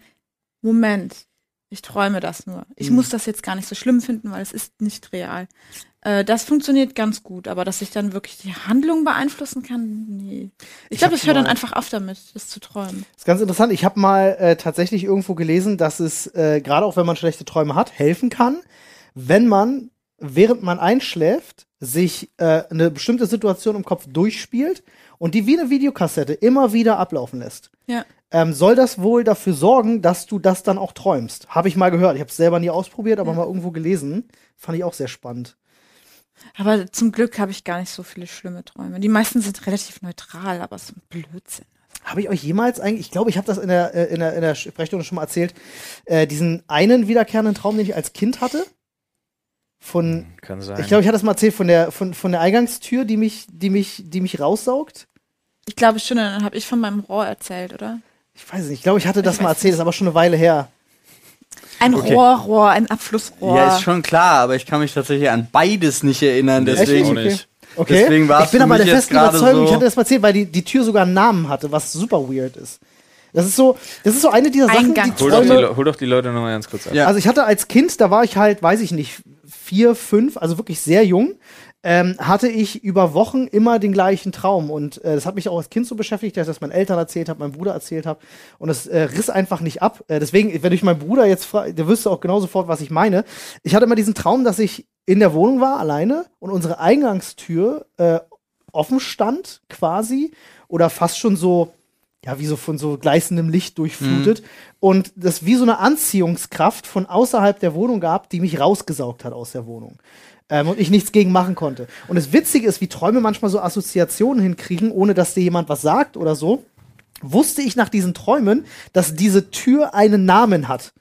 Moment, ich träume das nur. Ich Hm. muss das jetzt gar nicht so schlimm finden, weil es ist nicht real. Äh, das funktioniert ganz gut, aber dass ich dann wirklich die Handlung beeinflussen kann, nee. Ich Ich glaube, hab ich höre dann mal- einfach auf damit, das zu träumen. ist ganz interessant. Ich habe mal äh, tatsächlich irgendwo gelesen, dass es, äh, gerade auch wenn man schlechte Träume hat, helfen kann, wenn man, während man einschläft, sich äh, eine bestimmte Situation im Kopf durchspielt und die wie eine Videokassette immer wieder ablaufen lässt. Ja. Ähm, soll das wohl dafür sorgen, dass du das dann auch träumst? Habe ich mal gehört. Ich habe es selber nie ausprobiert, aber mal irgendwo gelesen. Fand ich auch sehr spannend. Aber zum Glück habe ich gar nicht so viele schlimme Träume. Die meisten sind relativ neutral, aber so ein Blödsinn. Habe ich euch jemals eigentlich, ich glaube, ich habe das in der, äh, in der, in der Sprechstunde schon mal erzählt, äh, diesen einen wiederkehrenden Traum, den ich als Kind hatte, von, Kann sein. ich glaube, ich hatte das mal erzählt, von der, von, von der Eingangstür, die mich, die mich, die mich raussaugt. Ich glaube schon, dann habe ich von meinem Rohr erzählt, oder? Ich weiß es nicht, ich glaube, ich hatte das Ich mal weiß erzählt, ist aber schon eine Weile her. Ein Okay. Rohrrohr, ein Abflussrohr. Ja, ist schon klar, aber ich kann mich tatsächlich an beides nicht erinnern, Nee, deswegen. auch nicht. Okay. Deswegen war's ich bin für aber mich der jetzt festen gerade Überzeugung, so- ich hatte das mal erzählt, weil die, die Tür sogar einen Namen hatte, was super weird ist. Das ist so, das ist so eine dieser Sachen, Eingang. die Hol doch, die, Träume, Le- hol doch die Leute nochmal ganz kurz ab. Ja. Also ich hatte als Kind, da war ich halt, weiß ich nicht, vier, fünf, also wirklich sehr jung, ähm, hatte ich über Wochen immer den gleichen Traum. Und äh, das hat mich auch als Kind so beschäftigt, dass ich das meinen Eltern erzählt habe, meinem Bruder erzählt habe. Und das äh, riss einfach nicht ab. Äh, deswegen, wenn ich meinen Bruder jetzt frage, der wüsste auch genau sofort, was ich meine. Ich hatte immer diesen Traum, dass ich in der Wohnung war, alleine, und unsere Eingangstür äh, offen stand, quasi, oder fast schon so, ja, wie so von so gleißendem Licht durchflutet. Und das wie so eine Anziehungskraft von außerhalb der Wohnung gab, die mich rausgesaugt hat aus der Wohnung. Ähm, und ich nichts gegen machen konnte. Und das Witzige ist, wie Träume manchmal so Assoziationen hinkriegen, ohne dass dir jemand was sagt oder so. Wusste ich nach diesen Träumen, dass diese Tür einen Namen hat.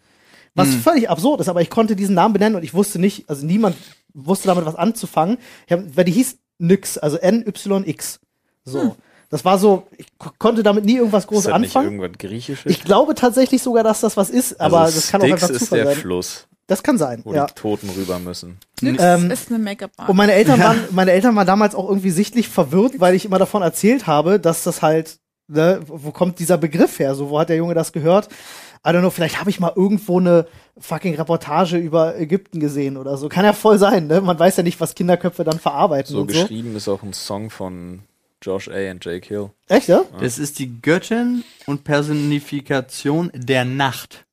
Was Hm. völlig absurd ist, aber ich konnte diesen Namen benennen und ich wusste nicht, also niemand wusste damit was anzufangen. Ich hab, weil die hieß Nyx, also N-Y-X. So. Das war so, ich ko- konnte damit nie irgendwas groß Hm. ist das nicht anfangen. irgendwann griechisches? Ich glaube tatsächlich sogar, dass das was ist, aber Also das kann auch einfach Styx ist Zufall der sein. Fluss, Das kann sein, wo ja. die Toten rüber müssen. Nix Ähm, ist eine Make-up-Bar. Und meine Eltern, waren, meine Eltern waren damals auch irgendwie sichtlich verwirrt, weil ich immer davon erzählt habe, dass das halt, ne, wo kommt dieser Begriff her? So, wo hat der Junge das gehört? I don't know, vielleicht habe ich mal irgendwo eine fucking Reportage über Ägypten gesehen oder so. Kann ja voll sein, ne? Man weiß ja nicht, was Kinderköpfe dann verarbeiten So und so. geschrieben ist auch ein Song von Josh A. und Jake Hill. Echt, ja? Es ist die Göttin und Personifikation der Nacht.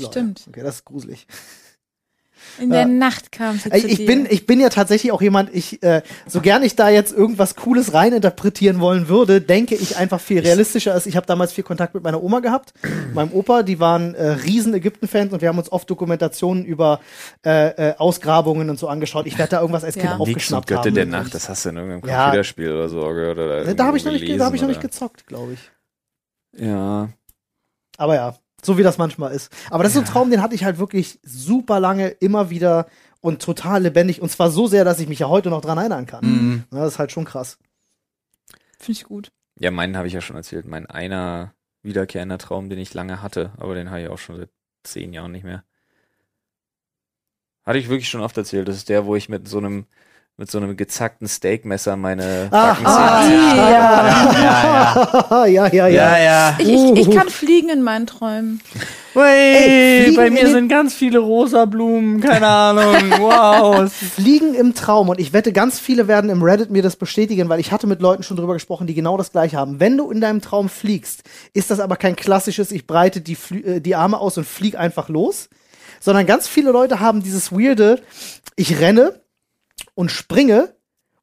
Stimmt. Okay, das ist gruselig. In der Ja. Nacht kam sie Ey, zu Äh, ich dir. bin, ich bin ja tatsächlich auch jemand, ich, äh, so gern ich da jetzt irgendwas Cooles reininterpretieren wollen würde, denke ich einfach viel realistischer ist. Ich habe damals viel Kontakt mit meiner *clears throat* Oma gehabt, meinem Opa, die waren äh, riesen Ägypten-Fans und wir haben uns oft Dokumentationen über äh, äh, Ausgrabungen und so angeschaut. Ich werde da irgendwas als Ja. Nix Kind Nix und aufgeschnappt Götter haben. der Nacht, das hast du in irgendeinem Ja. Computerspiel oder so gehört. Oder da irgendwo habe ich, noch nicht ge- da hab ich noch nicht gelesen gezockt, glaube ich. oder- Ja. Aber ja, so wie das manchmal ist. Aber das ist so ein Traum, den hatte ich halt wirklich super lange, immer wieder und total lebendig. Und zwar so sehr, dass ich mich ja heute noch dran erinnern kann. Mhm. Na, das ist halt schon krass. Finde ich gut. Ja, meinen habe ich ja schon erzählt. Mein einer wiederkehrender Traum, den ich lange hatte, aber den habe ich auch schon seit zehn Jahren nicht mehr. Hatte ich wirklich schon oft erzählt. Das ist der, wo ich mit so einem mit so einem gezackten Steakmesser meine Ah, Backenzähne ah, zerschneide. ja, Ja, ja, Ah, ja, *laughs* ja, ja. ja. Ich, ich, ich kann fliegen in meinen Träumen. Ey, Ui, fliegen bei in mir den- sind ganz viele rosa Blumen, *laughs* keine Ahnung. Wow. es ist- Fliegen im Traum und ich wette, ganz viele werden im Reddit mir das bestätigen, weil ich hatte mit Leuten schon drüber gesprochen, die genau das gleiche haben. Wenn du in deinem Traum fliegst, ist das aber kein klassisches, ich breite die, Flü- äh, die Arme aus und flieg einfach los, sondern ganz viele Leute haben dieses weirde, ich renne und springe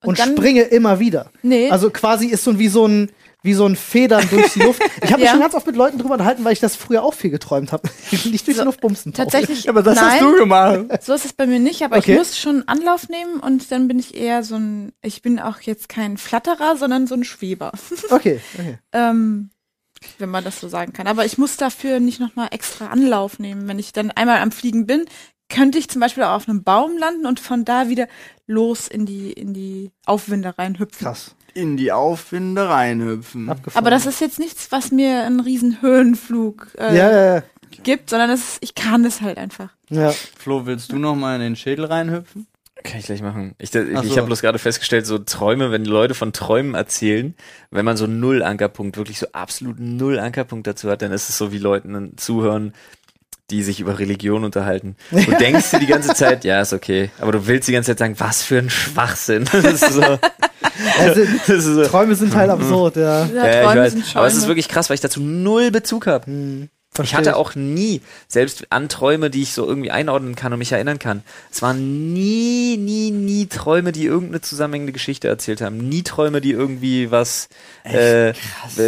Und und, dann- springe immer wieder. Nee. Also quasi ist so ein- wie so ein wie so ein Federn durch die Luft. Ich habe mich *laughs* Ja. schon ganz oft mit Leuten drüber unterhalten, weil ich das früher auch viel geträumt habe. *laughs* Nicht durch die Luft bumsen. Paul. Tatsächlich, Aber das nein, hast du gemacht. so ist es bei mir nicht, aber Okay. ich muss schon Anlauf nehmen und dann bin ich eher so ein, ich bin auch jetzt kein Flatterer, sondern so ein Schweber. *laughs* Okay, okay. ähm, wenn man das so sagen kann. Aber ich muss dafür nicht nochmal extra Anlauf nehmen. Wenn ich dann einmal am Fliegen bin, könnte ich zum Beispiel auch auf einem Baum landen und von da wieder los in die, in die Aufwinde reinhüpfen. Krass. in die Aufwinde reinhüpfen. Abgefahren. Aber das ist jetzt nichts, was mir einen riesen Höhenflug äh, ja, ja, ja. gibt, sondern das ist, ich kann das halt einfach. ja. Flo, willst du noch mal in den Schädel reinhüpfen? Kann ich gleich machen. Ich, ich, Ach so. ich habe bloß gerade festgestellt, so Träume, wenn Leute von Träumen erzählen, wenn man so null Ankerpunkt, wirklich so absolut null Ankerpunkt dazu hat, dann ist es so wie Leuten zuhören, die sich über Religion unterhalten. Du *laughs* denkst dir die ganze Zeit, ja, ist okay. Aber du willst die ganze Zeit sagen, was für ein Schwachsinn. *laughs* Das ist so, Also, das ist so. Träume sind halt absurd, Ja, ja. ja, ich Träume weiß. sind Hm, Schäume. Aber es ist wirklich krass, weil ich dazu null Bezug habe. Ich Versteh hatte auch nie, selbst an Träume, die ich so irgendwie einordnen kann und mich erinnern kann, es waren nie, nie, nie Träume, die irgendeine zusammenhängende Geschichte erzählt haben. Nie Träume, die irgendwie was äh,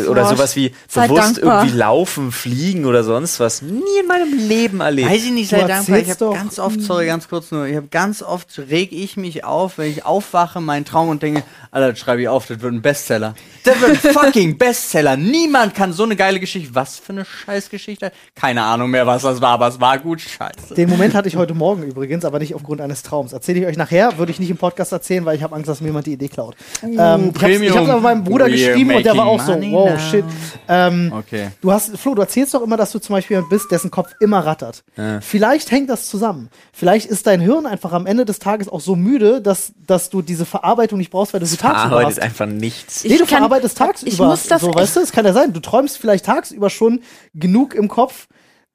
oder Boah, sowas wie sei bewusst dankbar. irgendwie laufen, fliegen oder sonst was. Nie in meinem Leben erlebt. Weiß ich nicht, Du sei dankbar. Ich erzählst habe doch. ganz oft, sorry, ganz kurz nur, ich habe ganz oft reg ich mich auf, wenn ich aufwache, meinen Traum und denke, Alter, das schreibe ich auf, das wird ein Bestseller. Das wird ein fucking Bestseller. Niemand kann so eine geile Geschichte. Was für eine Scheißgeschichte? Keine Ahnung mehr, was das war, aber es war gut scheiße. Den Moment hatte ich heute Morgen übrigens, aber nicht aufgrund eines Traums. Erzähle ich euch nachher, würde ich nicht im Podcast erzählen, weil ich habe Angst, dass mir jemand die Idee klaut. ähm, ich habe Premium. ich hab's aber meinem Bruder We're geschrieben und der war auch making so, money wow, now. shit. Ähm, Okay. Du hast, Flo, du erzählst doch immer, dass du zum Beispiel jemand bist, dessen Kopf immer rattert. Vielleicht hängt das zusammen. Vielleicht ist dein Hirn einfach am Ende des Tages auch so müde, dass, dass du diese Verarbeitung nicht brauchst, weil du sie tagsüber Arbeitet hast. Ah, einfach nichts. Nee, Ich du kann- verarbeitest tagsüber. ich muss das so, echt- weißt du, es kann ja sein. Du träumst vielleicht tagsüber schon genug im Kopf,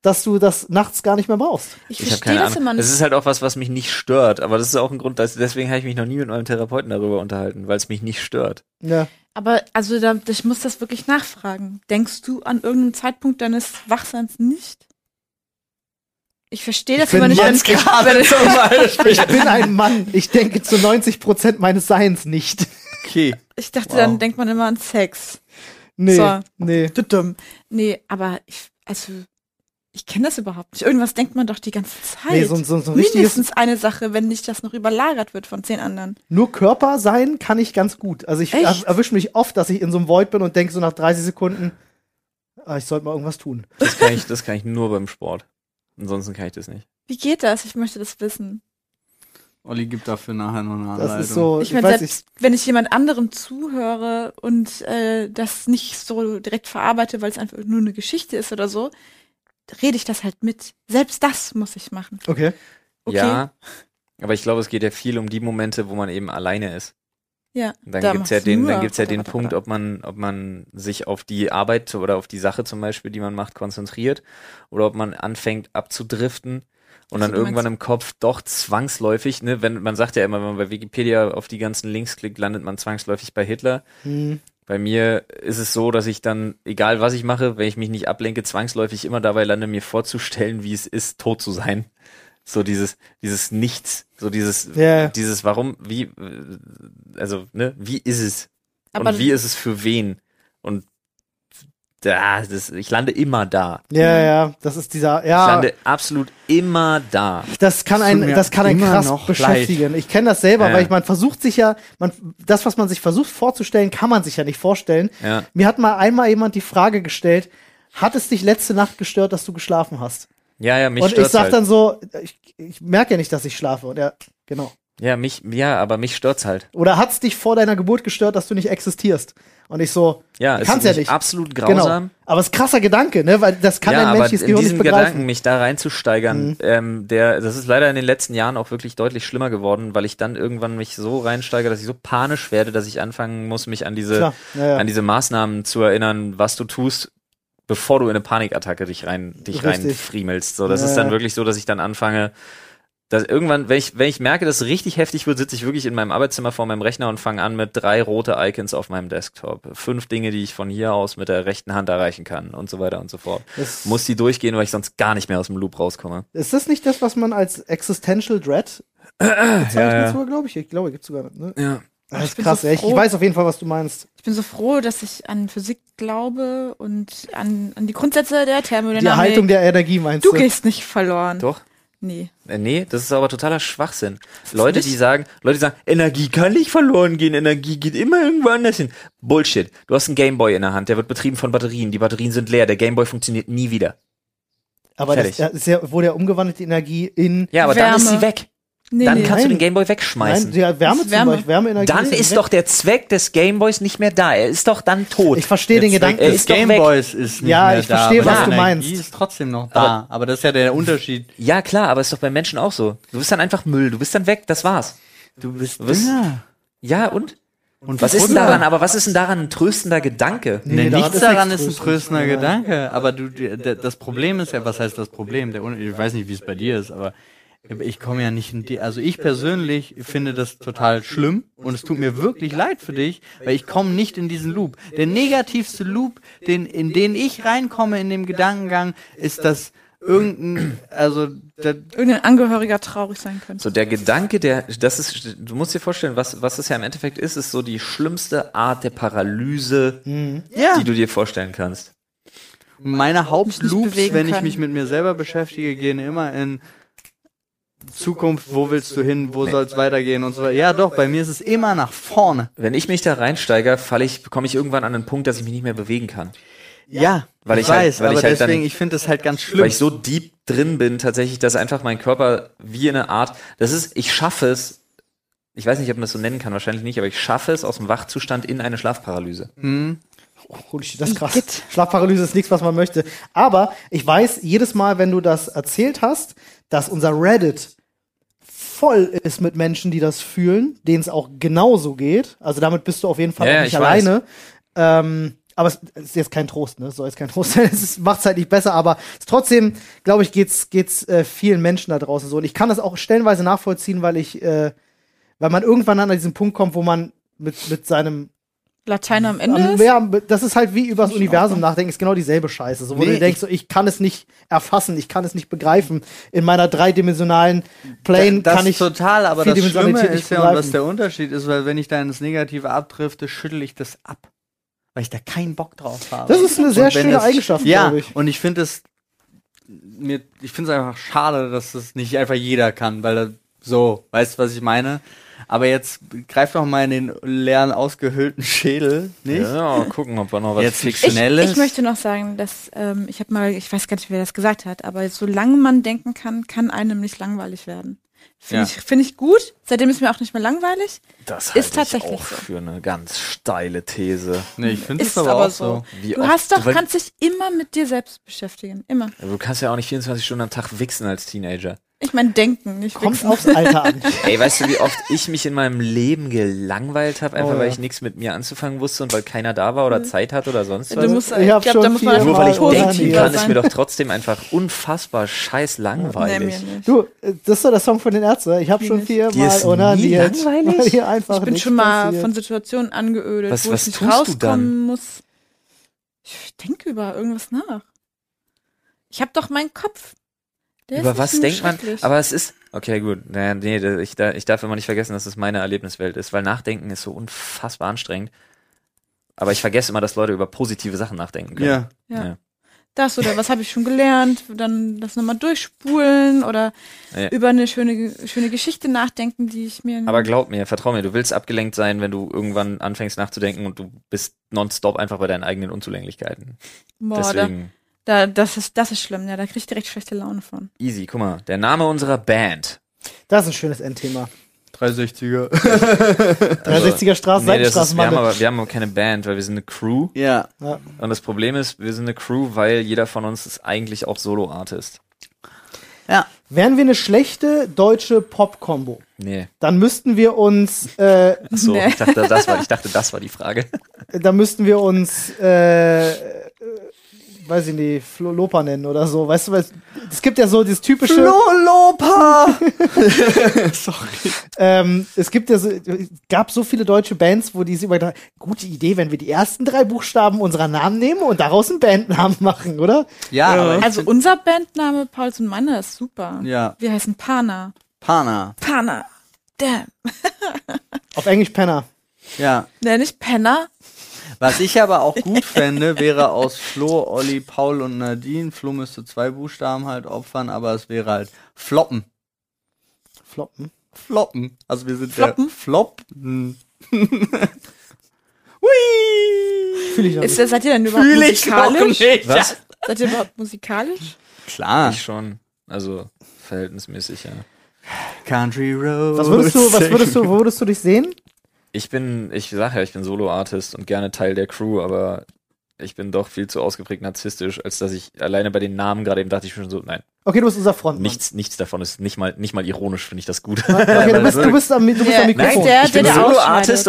dass du das nachts gar nicht mehr brauchst. Ich, Ich habe verstehe keine das immer Ahnung. nicht. Es ist halt auch was, was mich nicht stört. Aber das ist auch ein Grund, dass, deswegen habe ich mich noch nie mit meinem Therapeuten darüber unterhalten, weil es mich nicht stört. Ja. Aber also da, ich muss das wirklich nachfragen. Denkst du an irgendeinem Zeitpunkt deines Wachseins nicht? Ich verstehe das immer nicht. *laughs* wenn- gerade zum *laughs* Beispiel. Ich bin ein Mann. Ich denke zu 90 Prozent meines Seins nicht. Okay. Ich dachte, Wow. dann denkt man immer an Sex. Nee, So. nee. Dumm. Nee, aber ich, also, ich kenne das überhaupt nicht. Irgendwas denkt man doch die ganze Zeit. Nee, so, ein- so, ein- so ein richtiges, Mindestens eine Sache, wenn nicht das noch überlagert wird von zehn anderen. nur Körper sein kann ich ganz gut. Also ich Echt? erwische mich oft, dass ich in so einem Void bin und denke so nach 30 Sekunden, ah, ich sollte mal irgendwas tun. Das kann ich, das kann ich nur beim Sport. Ansonsten kann ich das nicht. Wie geht das? Ich möchte das wissen. Olli gibt dafür nachher noch eine Anleitung. Das ist so, Ich ich, meine, weiß selbst nicht. wenn ich jemand anderem zuhöre und äh, das nicht so direkt verarbeite, weil es einfach nur eine Geschichte ist oder so, rede ich das halt mit. Selbst das muss ich machen. Okay. Okay. Ja, aber ich glaube, es geht ja viel um die Momente, wo man eben alleine ist. Ja. Und Dann Da gibt's ja machst du den, nur dann gibt's ja Ratter, den Ratter, Punkt, Ratter. ob man, ob man sich auf die Arbeit oder auf die Sache zum Beispiel, die man macht, konzentriert oder ob man anfängt abzudriften Ach und so, dann du meinst- irgendwann im Kopf doch zwangsläufig, ne, wenn man sagt ja immer, wenn man bei Wikipedia auf die ganzen Links klickt, landet man zwangsläufig bei Hitler. Hm. Bei mir ist es so, dass ich dann, egal was ich mache, wenn ich mich nicht ablenke, zwangsläufig immer dabei lande, mir vorzustellen, wie es ist, tot zu sein. So dieses, dieses Nichts, so dieses, Ja. dieses Warum, wie, äh, also, ne, wie ist es? Aber- und wie ist es für wen? Und da, das, ich lande immer da. Ja, ja, das ist dieser, Ich ja, lande absolut immer da. das kann Es tut einen, mir das kann einen immer krass noch beschäftigen. Ich kenne das selber, Ja. weil ich, man versucht sich ja, man, das, was man sich versucht vorzustellen, kann man sich ja nicht vorstellen. Ja. Mir hat mal einmal jemand die Frage gestellt, hat es dich letzte Nacht gestört, dass du geschlafen hast? Ja, ja, mich und ich stört's sag halt. dann so, ich, ich merke ja nicht, dass ich schlafe. Und er, genau. ja, mich, ja, aber mich stört's halt. Oder hat es dich vor deiner Geburt gestört, dass du nicht existierst? Und ich so, Ja, kannst ja nicht. absolut grausam. Genau. Aber es ist krasser Gedanke, ne? Weil das kann ein menschliches in Gehirn diesem nicht begreifen. Mhm. Gedanken, mich da reinzusteigern, ähm, der, das ist leider in den letzten Jahren auch wirklich deutlich schlimmer geworden, weil ich dann irgendwann mich so reinsteige, dass ich so panisch werde, dass ich anfangen muss, mich an diese, Klar, ja, ja. an diese Maßnahmen zu erinnern, was du tust, bevor du in eine Panikattacke dich rein, dich Richtig. reinfriemelst. So, das Ja, ist dann ja. wirklich so, dass ich dann anfange, dass irgendwann, wenn ich, wenn ich merke, dass es richtig heftig wird, sitze ich wirklich in meinem Arbeitszimmer vor meinem Rechner und fange an mit drei rote Icons auf meinem Desktop. Fünf Dinge, die ich von hier aus mit der rechten Hand erreichen kann und so weiter und so fort. Das- Muss die durchgehen, weil ich sonst gar nicht mehr aus dem Loop rauskomme. Ist das nicht das, was man als Existential Dread bezeichnet ja. sogar, glaube ich? Ich glaube, gibt's sogar. Ne? Ja. Das ist Ah, bin krass, so ey. Ich, ich froh. weiß auf jeden Fall, was du meinst. Ich bin so froh, dass ich an Physik glaube und an, an die Grundsätze der Die Thermodynamik. Erhaltung der Energie meinst Genau, du du? gehst nicht verloren. Doch? Nee. Äh, Nee, das ist aber totaler Schwachsinn. Leute, die nicht- sagen, Leute die sagen, Energie kann nicht verloren gehen, Energie geht immer irgendwo anders hin. Bullshit. Du hast einen Gameboy in der Hand, der wird betrieben von Batterien, die Batterien sind leer, der Gameboy funktioniert nie wieder. Aber das, Fertig. das ist ja, wurde ja umgewandelt, die Energie in. Ja, aber dann ist Wärme. sie weg. Nee, Dann nee. kannst du Nein. den Gameboy Nein, wegschmeißen. ja, Das Wärme ist zum Wärme. Beispiel, Wärmeenergie. dann ist doch der Zweck des Gameboys nicht mehr da. Er ist doch dann tot. Ich verstehe den Gedanken. Er Des ist doch weg. Gameboys ist nicht Ja, mehr ich da, verstehe, aber was die du Energie meinst. ist trotzdem noch da. Aber, das ist ja der Unterschied. ja, klar, aber ist doch bei Menschen auch so. Du bist dann einfach Müll. Du bist dann weg. Das war's. Du bist bist- Dünger. Ja, und? Und Was ist denn Wunder. daran? Aber was ist denn daran ein tröstender Gedanke? Nee, Nee, daran nichts ist daran nichts ist ein tröstender tröstender Gedanke, aber du, die- d- das Problem ist ja, was heißt das Problem? Der, Un- ich weiß nicht, wie es bei dir ist, aber ich komme ja nicht in die, also ich persönlich finde das total schlimm und es tut mir wirklich leid für dich, weil ich komme nicht in diesen Loop. Der negativste Loop, den, in den ich reinkomme in dem Gedankengang, ist das irgendein, also, da, Irgendein Angehöriger traurig sein könnte. So, der Gedanke, der, das ist, du musst dir vorstellen, was, was es ja im Endeffekt ist, ist so die schlimmste Art der Paralyse, ja. die du dir vorstellen kannst. Meine Hauptloops, bewegen wenn ich können. mich mit mir selber beschäftige, gehen immer in Zukunft, wo willst du hin, wo soll's weitergehen und so weiter. Ja, doch, bei mir ist es immer nach vorne. Wenn ich mich da reinsteige, falle ich, komme ich irgendwann an einen Punkt, dass ich mich nicht mehr bewegen kann. Ja, Weil ich halt- weil aber ich halt deswegen, dann- ich finde es halt ganz Weil schlimm. ich so deep drin bin, tatsächlich, dass einfach mein Körper wie eine Art, das ist, ich schaffe es, ich weiß nicht, ob man das so nennen kann, wahrscheinlich nicht, aber ich schaffe es aus dem Wachzustand in eine Schlafparalyse. Holy shit, das ist krass. Schlafparalyse ist nichts, was man möchte. Aber ich weiß, jedes Mal, wenn du das erzählt hast, dass unser Reddit voll ist mit Menschen, die das fühlen, denen es auch genauso geht. Also damit bist du auf jeden Fall Ja, auch ja, nicht ich alleine. Ähm, aber es es ist jetzt kein Trost, ne? So ist kein Trost. *laughs* Es macht es halt nicht besser, aber es trotzdem, glaube ich, geht's geht's äh, vielen Menschen da draußen so. Und ich kann das auch stellenweise nachvollziehen, weil ich, äh, weil man irgendwann an diesen Punkt kommt, wo man mit mit seinem Latein am Ende am- ist? ja, Also das ist halt wie übers Universum nachdenken, ist genau dieselbe Scheiße. So, wo Nee, du denkst, so, ich kann es nicht erfassen, ich kann es nicht begreifen. In meiner dreidimensionalen Plane das kann ich. total, aber das Vierdimensionalität Schlimme nicht ist ja, und was begreifen. der Unterschied ist, weil wenn ich da ins Negative abdrifte, schüttel ich das ab. Weil ich da keinen Bock drauf habe. Das ist eine sehr Und wenn schöne das- Eigenschaft, ja, glaube ich. Und ich finde es mir, ich finde es einfach schade, dass das nicht einfach jeder kann, weil er- so, weißt du, was ich meine? Aber jetzt greif doch mal in den leeren, ausgehöhlten Schädel, nicht? Ja, gucken, ob wir noch was Jetzt fix- Ich, Schnelles. ich möchte noch sagen, dass ähm, ich habe mal, ich weiß gar nicht, wer das gesagt hat, aber solange man denken kann, kann einem nicht langweilig werden. Finde Ja. ich, find ich gut. Seitdem ist mir auch nicht mehr langweilig. Das Ist halte tatsächlich ich auch so. für eine ganz steile These. Nee, ich finde es Ist aber, aber auch so. so. Wie du oft- hast doch, weil- kannst dich immer mit dir selbst beschäftigen. Immer. Du kannst ja auch nicht 24 Stunden am Tag wichsen als Teenager. Ich meine, denken, nicht Kommt wichsen. aufs Alter an. Ey, weißt du, wie oft ich mich in meinem Leben gelangweilt habe, einfach Oh, weil ja. ich nichts mit mir anzufangen wusste und weil keiner da war oder Zeit hatte oder sonst Mhm. Du was? musst, Ich ich, hab ich glaube, da schon muss man viel- einfach Nur weil ich Mal denken positiver kann, sein. ist mir doch trotzdem einfach unfassbar scheiß Nee, mir langweilig. nicht. Du, äh, das ist doch der Song von den Ärzten. Ich habe schon Dir viermal oh, ist nie onaniert. langweilig? *laughs* weil hier einfach Ich bin nichts schon mal passiert. von Situationen angeödet, Was- wo was ich nicht tust du rauskommen muss. Ich denke über irgendwas nach. Ich habe doch meinen Kopf. Der Über ist was nicht denkt man? schrecklich. Aber es ist. Okay, gut. Naja, nee, da- ich, da- ich darf immer nicht vergessen, dass es meine Erlebniswelt ist, weil Nachdenken ist so unfassbar anstrengend. Aber ich vergesse immer, dass Leute über positive Sachen nachdenken können. Ja. Ja. Ja. Das oder was habe ich schon gelernt? Dann das nochmal durchspulen oder Ah, Ja. über eine schöne, schöne Geschichte nachdenken, die ich mir. Aber glaub mir, vertrau mir, du willst abgelenkt sein, wenn du irgendwann anfängst nachzudenken und du bist nonstop einfach bei deinen eigenen Unzulänglichkeiten. Boah, Deswegen, Da, da, das, ist, das ist schlimm, ja, da krieg ich direkt schlechte Laune von. easy, guck mal, der Name unserer Band. Das ist ein schönes Endthema. 360er. 360er Straße, Nee, das ist, wir, haben Seitenstraßenbande. aber, wir haben aber keine Band, weil wir sind eine Crew. Ja. Ja. Und das Problem ist, wir sind eine Crew, weil jeder von uns ist eigentlich auch Solo-Artist. Ja. Wären wir eine schlechte deutsche Pop-Kombo, Nee. dann müssten wir uns äh, Ach so, Nee. ich, dachte, das war, ich dachte, das war die Frage. da müssten wir uns, äh, äh, weiß ich nicht, Flo Lopa nennen oder so. Weißt du, weil es- es gibt ja so dieses typische, *laughs* Lolopa! Sorry. ähm, es gibt ja so, es gab so viele deutsche Bands, wo die sich übergedacht haben, gute Idee, wenn wir die ersten drei Buchstaben unserer Namen nehmen und daraus einen Bandnamen *laughs* machen, oder? Ja, aber ich Also find- unser Bandname Pauls und meiner ist super. Ja. Wir heißen Pana. Pana. Pana. Damn. Auf Englisch Penner. Ja. Nenn ich Penner? Was ich aber *laughs* auch gut fände, wäre aus Flo, Olli, Paul und Nadine. Flo müsste zwei Buchstaben halt opfern, aber es wäre halt Floppen. Floppen. Floppen. Also wir sind Floppen? Der Floppen. *laughs* Hui! Fühl ich noch Ist, nicht. seid ihr denn überhaupt Fühle ich doch musikalisch? nicht. Was? Ja. Seid ihr überhaupt musikalisch? Klar. Ich schon. Also verhältnismäßig, ja. Country Road. Was würdest du, was würdest du, wo würdest du dich sehen? Ich bin, ich sage ja, ich bin Solo-Artist und gerne Teil der Crew, aber ich bin doch viel zu ausgeprägt narzisstisch, als dass ich alleine bei den Namen gerade eben dachte ich schon so, nein, Okay, du bist unser Frontmann. nichts, nichts davon ist nicht mal, nicht mal ironisch, finde ich das gut. *laughs* Okay, du bist, du bist am, Mi- du bist am Ja, Mikrofon. nein, der- ich bin der Solo-Artist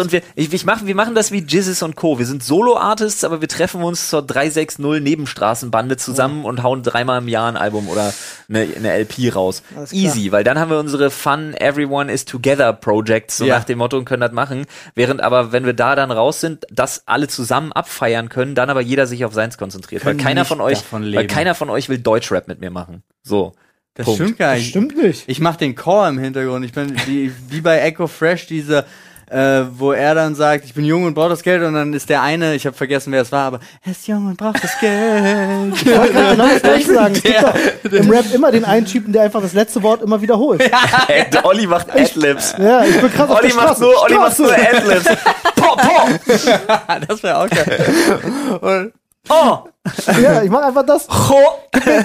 ausschneidet. und wir, ich, ich mach, wir machen das wie Jizzes und Co. Wir sind Solo-Artists, aber wir treffen uns zur 360 Nebenstraßenbande zusammen und hauen dreimal im Jahr ein Album oder eine, eine LP raus. Alles klar. Easy, weil dann haben wir unsere Fun Everyone is Together Projects, so Ja. nach dem Motto, und können das machen. Während aber, wenn wir da dann raus sind, das alle zusammen abfeiern können, dann aber jeder sich auf seins konzentriert. Weil Können keiner nicht von euch, davon weil leben. keiner von euch will Deutschrap mit mir machen. So. Das Punkt. stimmt gar Das nicht. stimmt nicht. Ich mach den Chor im Hintergrund. Ich bin die, wie bei Echo Fresh diese, äh, wo er dann sagt, ich bin jung und brauche das Geld und dann ist der eine, ich habe vergessen, wer es war, aber er ist jung und braucht das Geld. Ich wollte gerade genau das gleiche sagen. Es gibt doch im Rap immer den einen Typen, der einfach das letzte Wort immer wiederholt. *laughs* Ey, der Olli macht Adlibs. Ja, ich bin krass auf der Olli macht Straße. nur, Olli macht nur Straße. Adlibs. *laughs* Pop, pop. das wäre *laughs* auch geil. Und Oh, Ja, ich mach einfach das. *laughs* ho.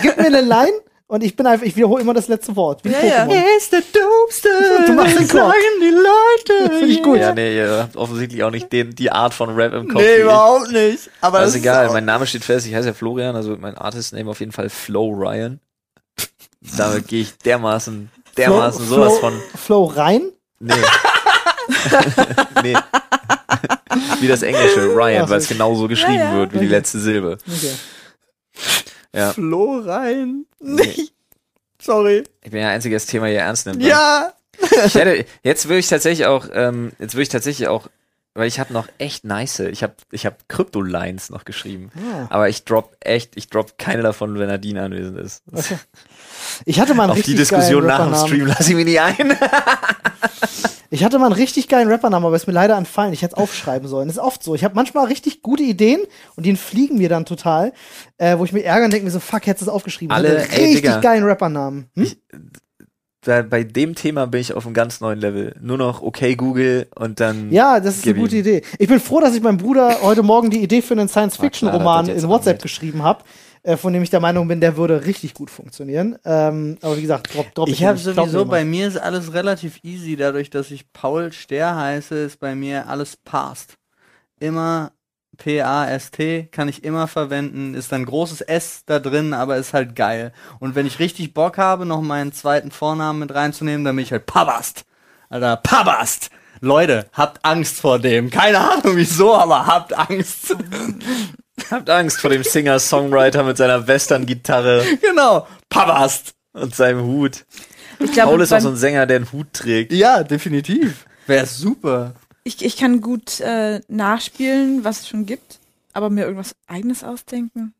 Gib mir eine Line und ich bin einfach, ich wiederhole immer das letzte Wort. Wie Ja, ein ja. Pokémon. er ist der Doomster. Du machst den Chor. Sagen die Leute. *laughs* Finde ich gut. Ja, nee, ihr habt offensichtlich auch nicht den, die Art von Rap im Kopf. Nee, wie ich. überhaupt nicht. Aber Aber das ist egal, auch- mein Name steht fest, ich heiße ja Florian, also mein Artist-Name auf jeden Fall Flow Ryan. Damit gehe ich dermaßen, dermaßen Flow- sowas Flow- von. Flow rein. Nee. *laughs* nee. Wie das Englische, Ryan, Ach, weil es so. genauso geschrieben Ja, ja. wird, wie die Okay. letzte Silbe. Okay. Ja. Flo rein. Nee. Sorry. Ich bin ja der Einzige, der das Thema hier ernst nimmt. ne? Ja. Ich hätte, jetzt würde ich tatsächlich auch, ähm, jetzt würde ich tatsächlich auch, weil ich habe noch echt nice, ich habe ich hab Crypto-Lines noch geschrieben. Ah. Aber ich drop echt, ich drop keine davon, wenn Nadine *laughs* anwesend ist. Ich hatte mal einen Auf die richtig Diskussion geilen nach dem Rappernamen. Stream lasse ich mich nicht ein. *laughs* Ich hatte mal einen richtig geilen Rappernamen, aber ist mir leider entfallen. Ich hätte es aufschreiben sollen. Das ist oft so. Ich habe manchmal richtig gute Ideen und die entfliegen mir dann total, äh, wo ich mir ärgere und denke mir so, fuck, hättest du das aufgeschrieben. Alle- ich hatte einen ey, richtig Digga. geilen Rappernamen. Hm? Bei, bei dem Thema bin ich auf einem ganz neuen Level. Nur noch okay Google und dann. Ja, das ist eine Gib gute ihm. Idee. Ich bin froh, dass ich meinem Bruder heute Morgen die Idee für einen Ah, klar, Science-Fiction-Roman das jetzt in auch WhatsApp mit. geschrieben habe, äh, von dem ich der Meinung bin, der würde richtig gut funktionieren. Ähm, aber wie gesagt, drop, drop Ich habe nicht. Glaub sowieso mir bei immer. mir ist alles relativ easy, dadurch, dass ich Paul Ster heiße, ist bei mir alles past. Immer P-A-S-T kann ich immer verwenden, ist dann großes S da drin, aber ist halt geil. Und wenn ich richtig Bock habe, noch meinen zweiten Vornamen mit reinzunehmen, dann bin ich halt Pabast. Alter, Pabast! Leute, habt Angst vor dem. Keine Ahnung wieso, aber habt Angst. *laughs* Habt Angst vor dem Singer-Songwriter mit seiner Western-Gitarre genau, Pabast. und seinem Hut. Ich glaube, Paul ist auch so beim- ein Sänger, der einen Hut trägt. Ja, definitiv. Wär super. ich, ich kann gut äh, nachspielen, was es schon gibt, aber mir irgendwas eigenes ausdenken.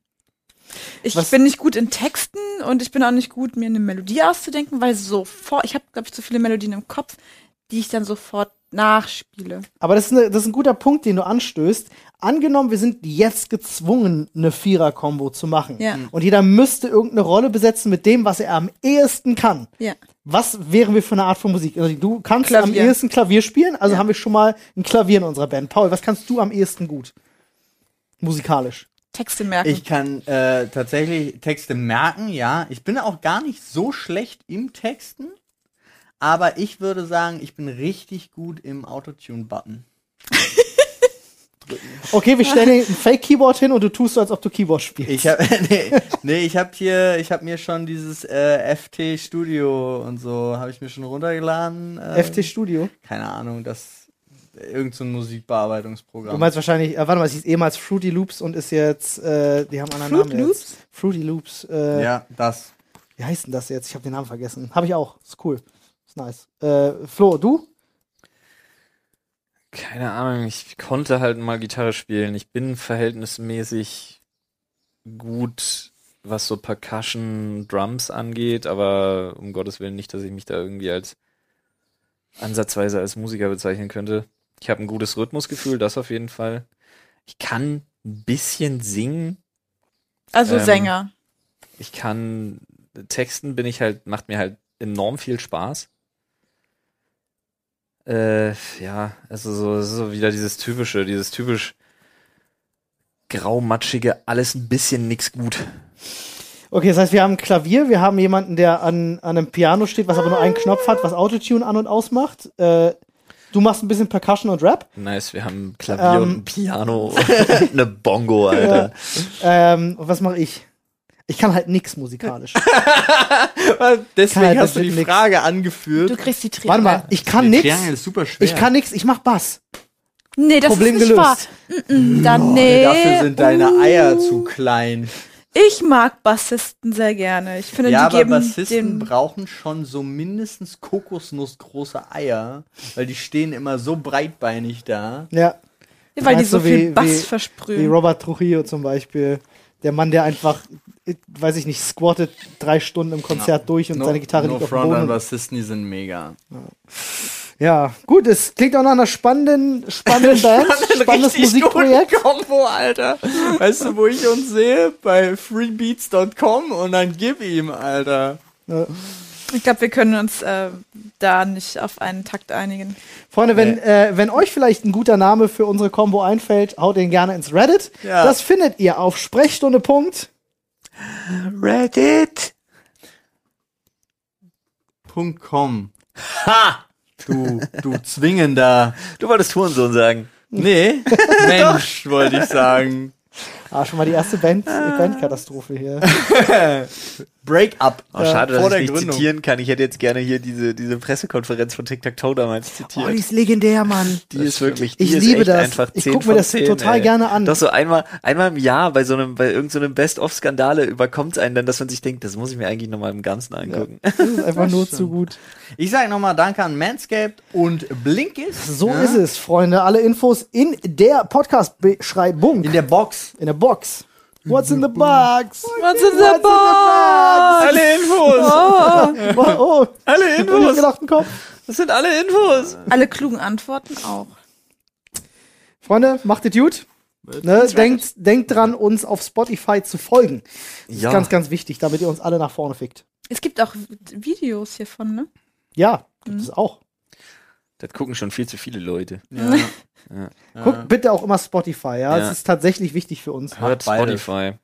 Ich Was- bin nicht gut in Texten und ich bin auch nicht gut, mir eine Melodie auszudenken, weil sofort, ich habe, glaube ich, zu viele Melodien im Kopf, die ich dann sofort nachspiele. Aber das ist, eine, das ist ein guter Punkt, den du anstößt. Angenommen, wir sind jetzt gezwungen, eine Vierer-Kombo zu machen. Ja. Und jeder müsste irgendeine Rolle besetzen mit dem, was er am ehesten kann. Ja. Was wären wir für eine Art von Musik? Also du kannst am Klavier. ehesten Klavier spielen, also Ja. haben wir schon mal ein Klavier in unserer Band. Paul, was kannst du am ehesten gut? Musikalisch. Texte merken. Ich kann äh, tatsächlich Texte merken, ja. Ich bin auch gar nicht so schlecht im Texten, aber ich würde sagen, ich bin richtig gut im Autotune-Button. Okay, wir *laughs* stellen dir ein Fake-Keyboard hin und du tust so, als ob du Keyboard spielst. Ich habe *laughs* nee, nee, ich habe hier, ich habe mir schon dieses äh, FT Studio und so habe ich mir schon runtergeladen. Äh, FT Studio. Keine Ahnung, das irgend so ein Musikbearbeitungsprogramm. Du meinst wahrscheinlich, äh, warte mal, es hieß ehemals Fruity Loops und ist jetzt, äh, die haben einen anderen Fruit Namen Loops? jetzt. Fruity Loops. Äh, ja, das. Wie heißt denn das jetzt? Ich habe den Namen vergessen. Habe ich auch. Ist cool. Ist nice. Äh, Flo, du? Keine Ahnung, ich konnte halt mal Gitarre spielen. Ich bin verhältnismäßig gut, was so Percussion, Drums angeht, aber um Gottes Willen nicht, dass ich mich da irgendwie als ansatzweise als Musiker bezeichnen könnte. Ich habe ein gutes Rhythmusgefühl, das auf jeden Fall. Ich kann ein bisschen singen. also ähm, Sänger. Ich kann Texten bin ich halt, macht mir halt enorm viel Spaß. Äh, ja, also so, es ist so wieder dieses typische, dieses typisch graumatschige, alles ein bisschen nix gut. Okay, das heißt, wir haben ein Klavier, wir haben jemanden, der an, an einem Piano steht, was aber nur einen Knopf hat, was Autotune an- und ausmacht. Äh, du machst ein bisschen Percussion und Rap. Nice, wir haben ein Klavier Ähm. und ein Piano *laughs* und eine Bongo, Alter. Äh, Ähm, und was mache ich? Ich kann halt nix *laughs* musikalisch. Deswegen Kann halt hast du die bestimmt nix. Frage Du angeführt. kriegst die Triebe. Warte mal, ich kann nix. Triangle ist super schwer. Ich kann nix, ich mach Bass. Nee, das Problem ist nicht gelöst. wahr. Mm -mm, dann nee. Uh. Dafür sind deine Uh. Eier zu klein. Ich mag Bassisten sehr gerne. Ich finde, Ja, die aber geben Bassisten den brauchen schon so mindestens kokosnussgroße Eier, weil die stehen immer so breitbeinig da. Ja. weil die Weißt so du, viel wie- Bass wie- Wie versprühen. Robert Trujillo zum Beispiel. Der Mann, der einfach, äh, weiß ich nicht, squattet drei Stunden im Konzert durch und seine Gitarre no liegt auf dem front an Boden. und- Bassisten, die sind mega. Ja, gut, es klingt auch nach einer spannenden, *laughs* spannenden Band, spannendes Musikprojekt. Kombo, Alter. Weißt du, wo ich uns sehe? Bei freebeats.com und dann gib ihm, Alter. Ja. Ich glaube, wir können uns äh, da nicht auf einen Takt einigen. Freunde, wenn, äh, wenn euch vielleicht ein guter Name für unsere Combo einfällt, haut den gerne ins Reddit. Ja. Das findet ihr auf Sprechstunde. Punkt. Reddit. Punkt com. Ha! Du, du zwingender. Du wolltest Hurensohn sagen. Nee, *laughs* Mensch, wollte ich sagen. Ah, schon mal die erste Band, Ah. Bandkatastrophe hier. Break-up. äh, Oh, schade, dass vor der ich nicht Gründung. zitieren kann. Ich hätte jetzt gerne hier diese, diese Pressekonferenz von Tic-Tac-Toe damals Oh, zitiert. ist legendär, Mann. Die ist wirklich, die Ich ist liebe echt das. einfach Ich 10 guck mir von das 10, total ey. gerne an. Doch so einmal, einmal im Jahr bei so einem, bei irgendeinem so Best-of-Skandale überkommt einen dann, dass man sich denkt, das muss ich mir eigentlich nochmal im *laughs* Ganzen angucken. Das ist einfach nur zu gut. Ich sage nochmal Danke an Manscaped und Blinkist. So ist es, Freunde. Alle Infos in der Podcast-Beschreibung. In der Box. In der Box. What's in the box? What's in the box? Alle Oh. Oh, Infos! oh. Alle Ich hab Infos! gedacht, ein Kopf. Das sind alle Infos! Alle klugen Antworten auch. Freunde, macht es gut. Ne, denkt, denkt dran, uns auf Spotify zu folgen. *laughs* Ja. Ganz, ganz wichtig, damit ihr uns alle nach vorne fickt. Es gibt auch Videos hiervon, ne? Ja, gibt es auch. Das gucken schon viel zu viele Leute. Ja. Guckt bitte auch immer Spotify, ja. Ja. Es ist tatsächlich wichtig für uns. Hört beides. Spotify.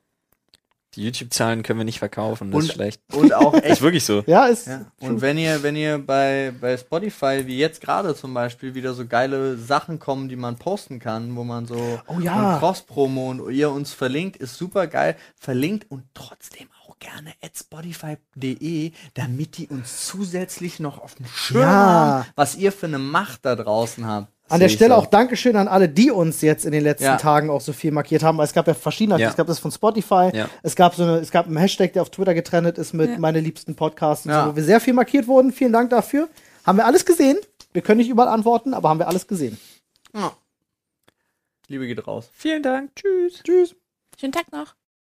Die YouTube-Zahlen können wir nicht verkaufen, das Und- ist schlecht. *laughs* Und auch Das ist echt. wirklich so. Ja, ist. Ja. Und wenn ihr, wenn ihr bei, bei Spotify, wie jetzt gerade zum Beispiel, wieder so geile Sachen kommen, die man posten kann, wo man so Oh ja. und Cross-Promo und ihr uns verlinkt, ist super geil. Verlinkt und trotzdem auch gerne at spotify.de, damit die uns zusätzlich noch auf dem Schirm Ja. haben, was ihr für eine Macht da draußen habt. An der Sehe ich Stelle so. auch Dankeschön an alle, die uns jetzt in den letzten Ja. Tagen auch so viel markiert haben. Weil es gab ja verschiedene. Ja. Es gab das von Spotify. Ja. Es gab so eine, es gab einen Hashtag, der auf Twitter getrennt ist mit Ja. meine liebsten Podcasts, und Ja. so, wo wir sehr viel markiert wurden. Vielen Dank dafür. Haben wir alles gesehen? Wir können nicht überall antworten, aber haben wir alles gesehen. Liebe geht raus. Vielen Dank, tschüss. Tschüss. Schönen Tag noch.